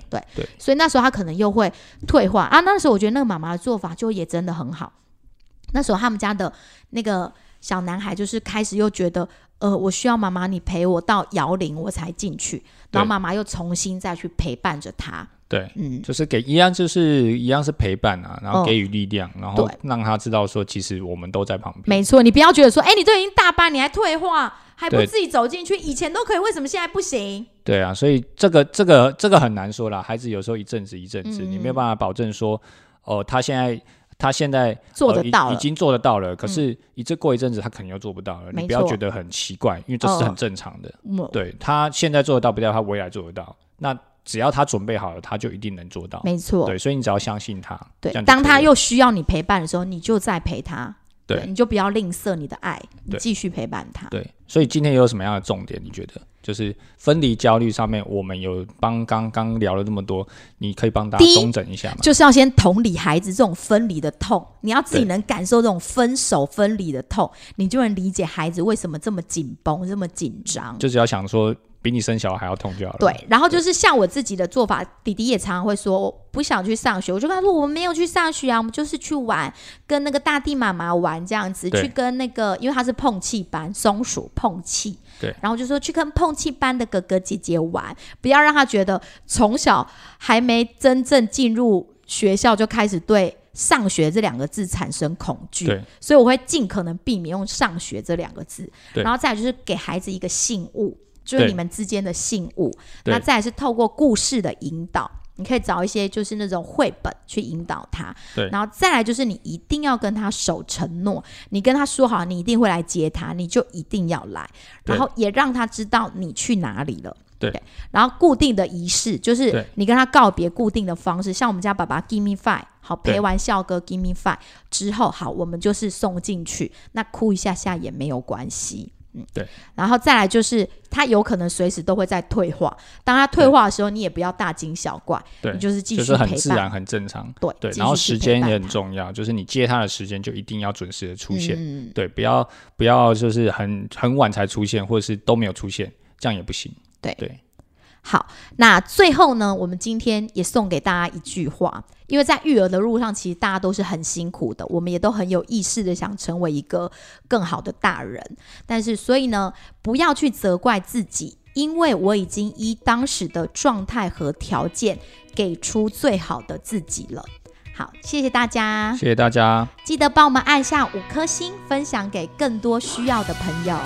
Speaker 1: 所以那时候他可能又会退化啊。那时候我觉得那个妈妈的做法就也真的很好。那时候他们家的那个小男孩就是开始又觉得，呃，我需要妈妈你陪我到摇铃我才进去，然后
Speaker 2: 对
Speaker 1: 妈妈又重新再去陪伴着他，
Speaker 2: 对，
Speaker 1: 嗯。
Speaker 2: 就是给一样，就是一样是陪伴啊，然后
Speaker 1: 嗯
Speaker 2: 给予力量，然后
Speaker 1: 对
Speaker 2: 让他知道说，其实我们都在旁边。
Speaker 1: 没错，你不要觉得说，哎、你都已经大班，你还退化，还不
Speaker 2: 对
Speaker 1: 自己走进去，以前都可以，为什么现在不行？
Speaker 2: 对啊，所以这个这个这个很难说啦。孩子有时候一阵子一阵子，
Speaker 1: 嗯
Speaker 2: 你没有办法保证说，哦、他现在他现在
Speaker 1: 做
Speaker 2: 呃
Speaker 1: 得到
Speaker 2: 已，
Speaker 1: 了嗯
Speaker 2: 已经做得到了。可是，一这过一阵子，他可能又做不到了。
Speaker 1: 没
Speaker 2: 你不要
Speaker 1: 错
Speaker 2: 觉得很奇怪，因为这是很正常的。
Speaker 1: 嗯，
Speaker 2: 对他现在做得到，不代表他未来做得到。那只要他准备好了，他就一定能做到。
Speaker 1: 没错，
Speaker 2: 对，所以你只要相信他。
Speaker 1: 对
Speaker 2: 这样就
Speaker 1: 当
Speaker 2: 可以
Speaker 1: 他
Speaker 2: 了
Speaker 1: 又需要你陪伴的时候，你就再陪他，
Speaker 2: 对
Speaker 1: 你就不要吝啬你的爱，你
Speaker 2: 对
Speaker 1: 继续陪伴他。
Speaker 2: 对，所以今天有什么样的重点？你觉得就是分离焦虑上面，我们有帮刚刚聊了这么多，你可以帮大家
Speaker 1: 第一
Speaker 2: 中整一下吗？
Speaker 1: 就是要先同理孩子这种分离的痛，你要自己
Speaker 2: 对
Speaker 1: 能感受这种分手分离的痛，你就能理解孩子为什么这么紧绷、这么紧张。
Speaker 2: 就只要想说比你生小孩还要痛就好了。
Speaker 1: 对，然后就是像我自己的做法，弟弟也常常会说我不想去上学，我就跟他说我们没有去上学啊，我们就是去玩，跟那个大地妈妈玩这样子，
Speaker 2: 对
Speaker 1: 去跟那个因为他是碰气班，松鼠碰气，
Speaker 2: 对，
Speaker 1: 然后就说去跟碰气班的哥哥姐姐玩，不要让他觉得从小还没真正进入学校就开始对。上学这两个字产生恐惧，
Speaker 2: 对
Speaker 1: 所以我会尽可能避免用上学这两个字，
Speaker 2: 对
Speaker 1: 然后再来就是给孩子一个信物，就是
Speaker 2: 对
Speaker 1: 你们之间的信物，
Speaker 2: 对
Speaker 1: 那再来是透过故事的引导，你可以找一些就是那种绘本去引导他。
Speaker 2: 对
Speaker 1: 然后再来就是你一定要跟他守承诺，你跟他说好你一定会来接他，你就一定要来，
Speaker 2: 对
Speaker 1: 然后也让他知道你去哪里了。
Speaker 2: 对
Speaker 1: 然后固定的仪式就是
Speaker 2: 对
Speaker 1: 你跟他告别固定的方式，像我们家爸爸 give me five，好
Speaker 2: 对
Speaker 1: 陪完笑哥 give me five 之后，好我们就是送进去，那哭一下下也没有关系，嗯，
Speaker 2: 对。
Speaker 1: 然后再来就是他有可能随时都会在退化，当他退化的时候，你也不要大惊小怪，
Speaker 2: 对
Speaker 1: 你就是继
Speaker 2: 就
Speaker 1: 续
Speaker 2: 是很
Speaker 1: 陪
Speaker 2: 自然、
Speaker 1: 伴，
Speaker 2: 很正常。
Speaker 1: 对
Speaker 2: 对
Speaker 1: 继，续
Speaker 2: 然后
Speaker 1: 去
Speaker 2: 时
Speaker 1: 陪
Speaker 2: 间
Speaker 1: 伴
Speaker 2: 也很
Speaker 1: 他
Speaker 2: 重要，就是你接他的时间就一定要准时的出现。
Speaker 1: 嗯，
Speaker 2: 对，不要不要就是很很晚才出现，或者是都没有出现，这样也不行。
Speaker 1: 对
Speaker 2: 对
Speaker 1: 好，那最后呢，我们今天也送给大家一句话，因为在育儿的路上，其实大家都是很辛苦的，我们也都很有意识的想成为一个更好的大人。但是，所以呢，不要去责怪自己，因为我已经依当时的状态和条件，给出最好的自己了。好，谢谢大家，
Speaker 2: 谢谢大家，
Speaker 1: 记得帮我们按下五颗星，分享给更多需要的朋友。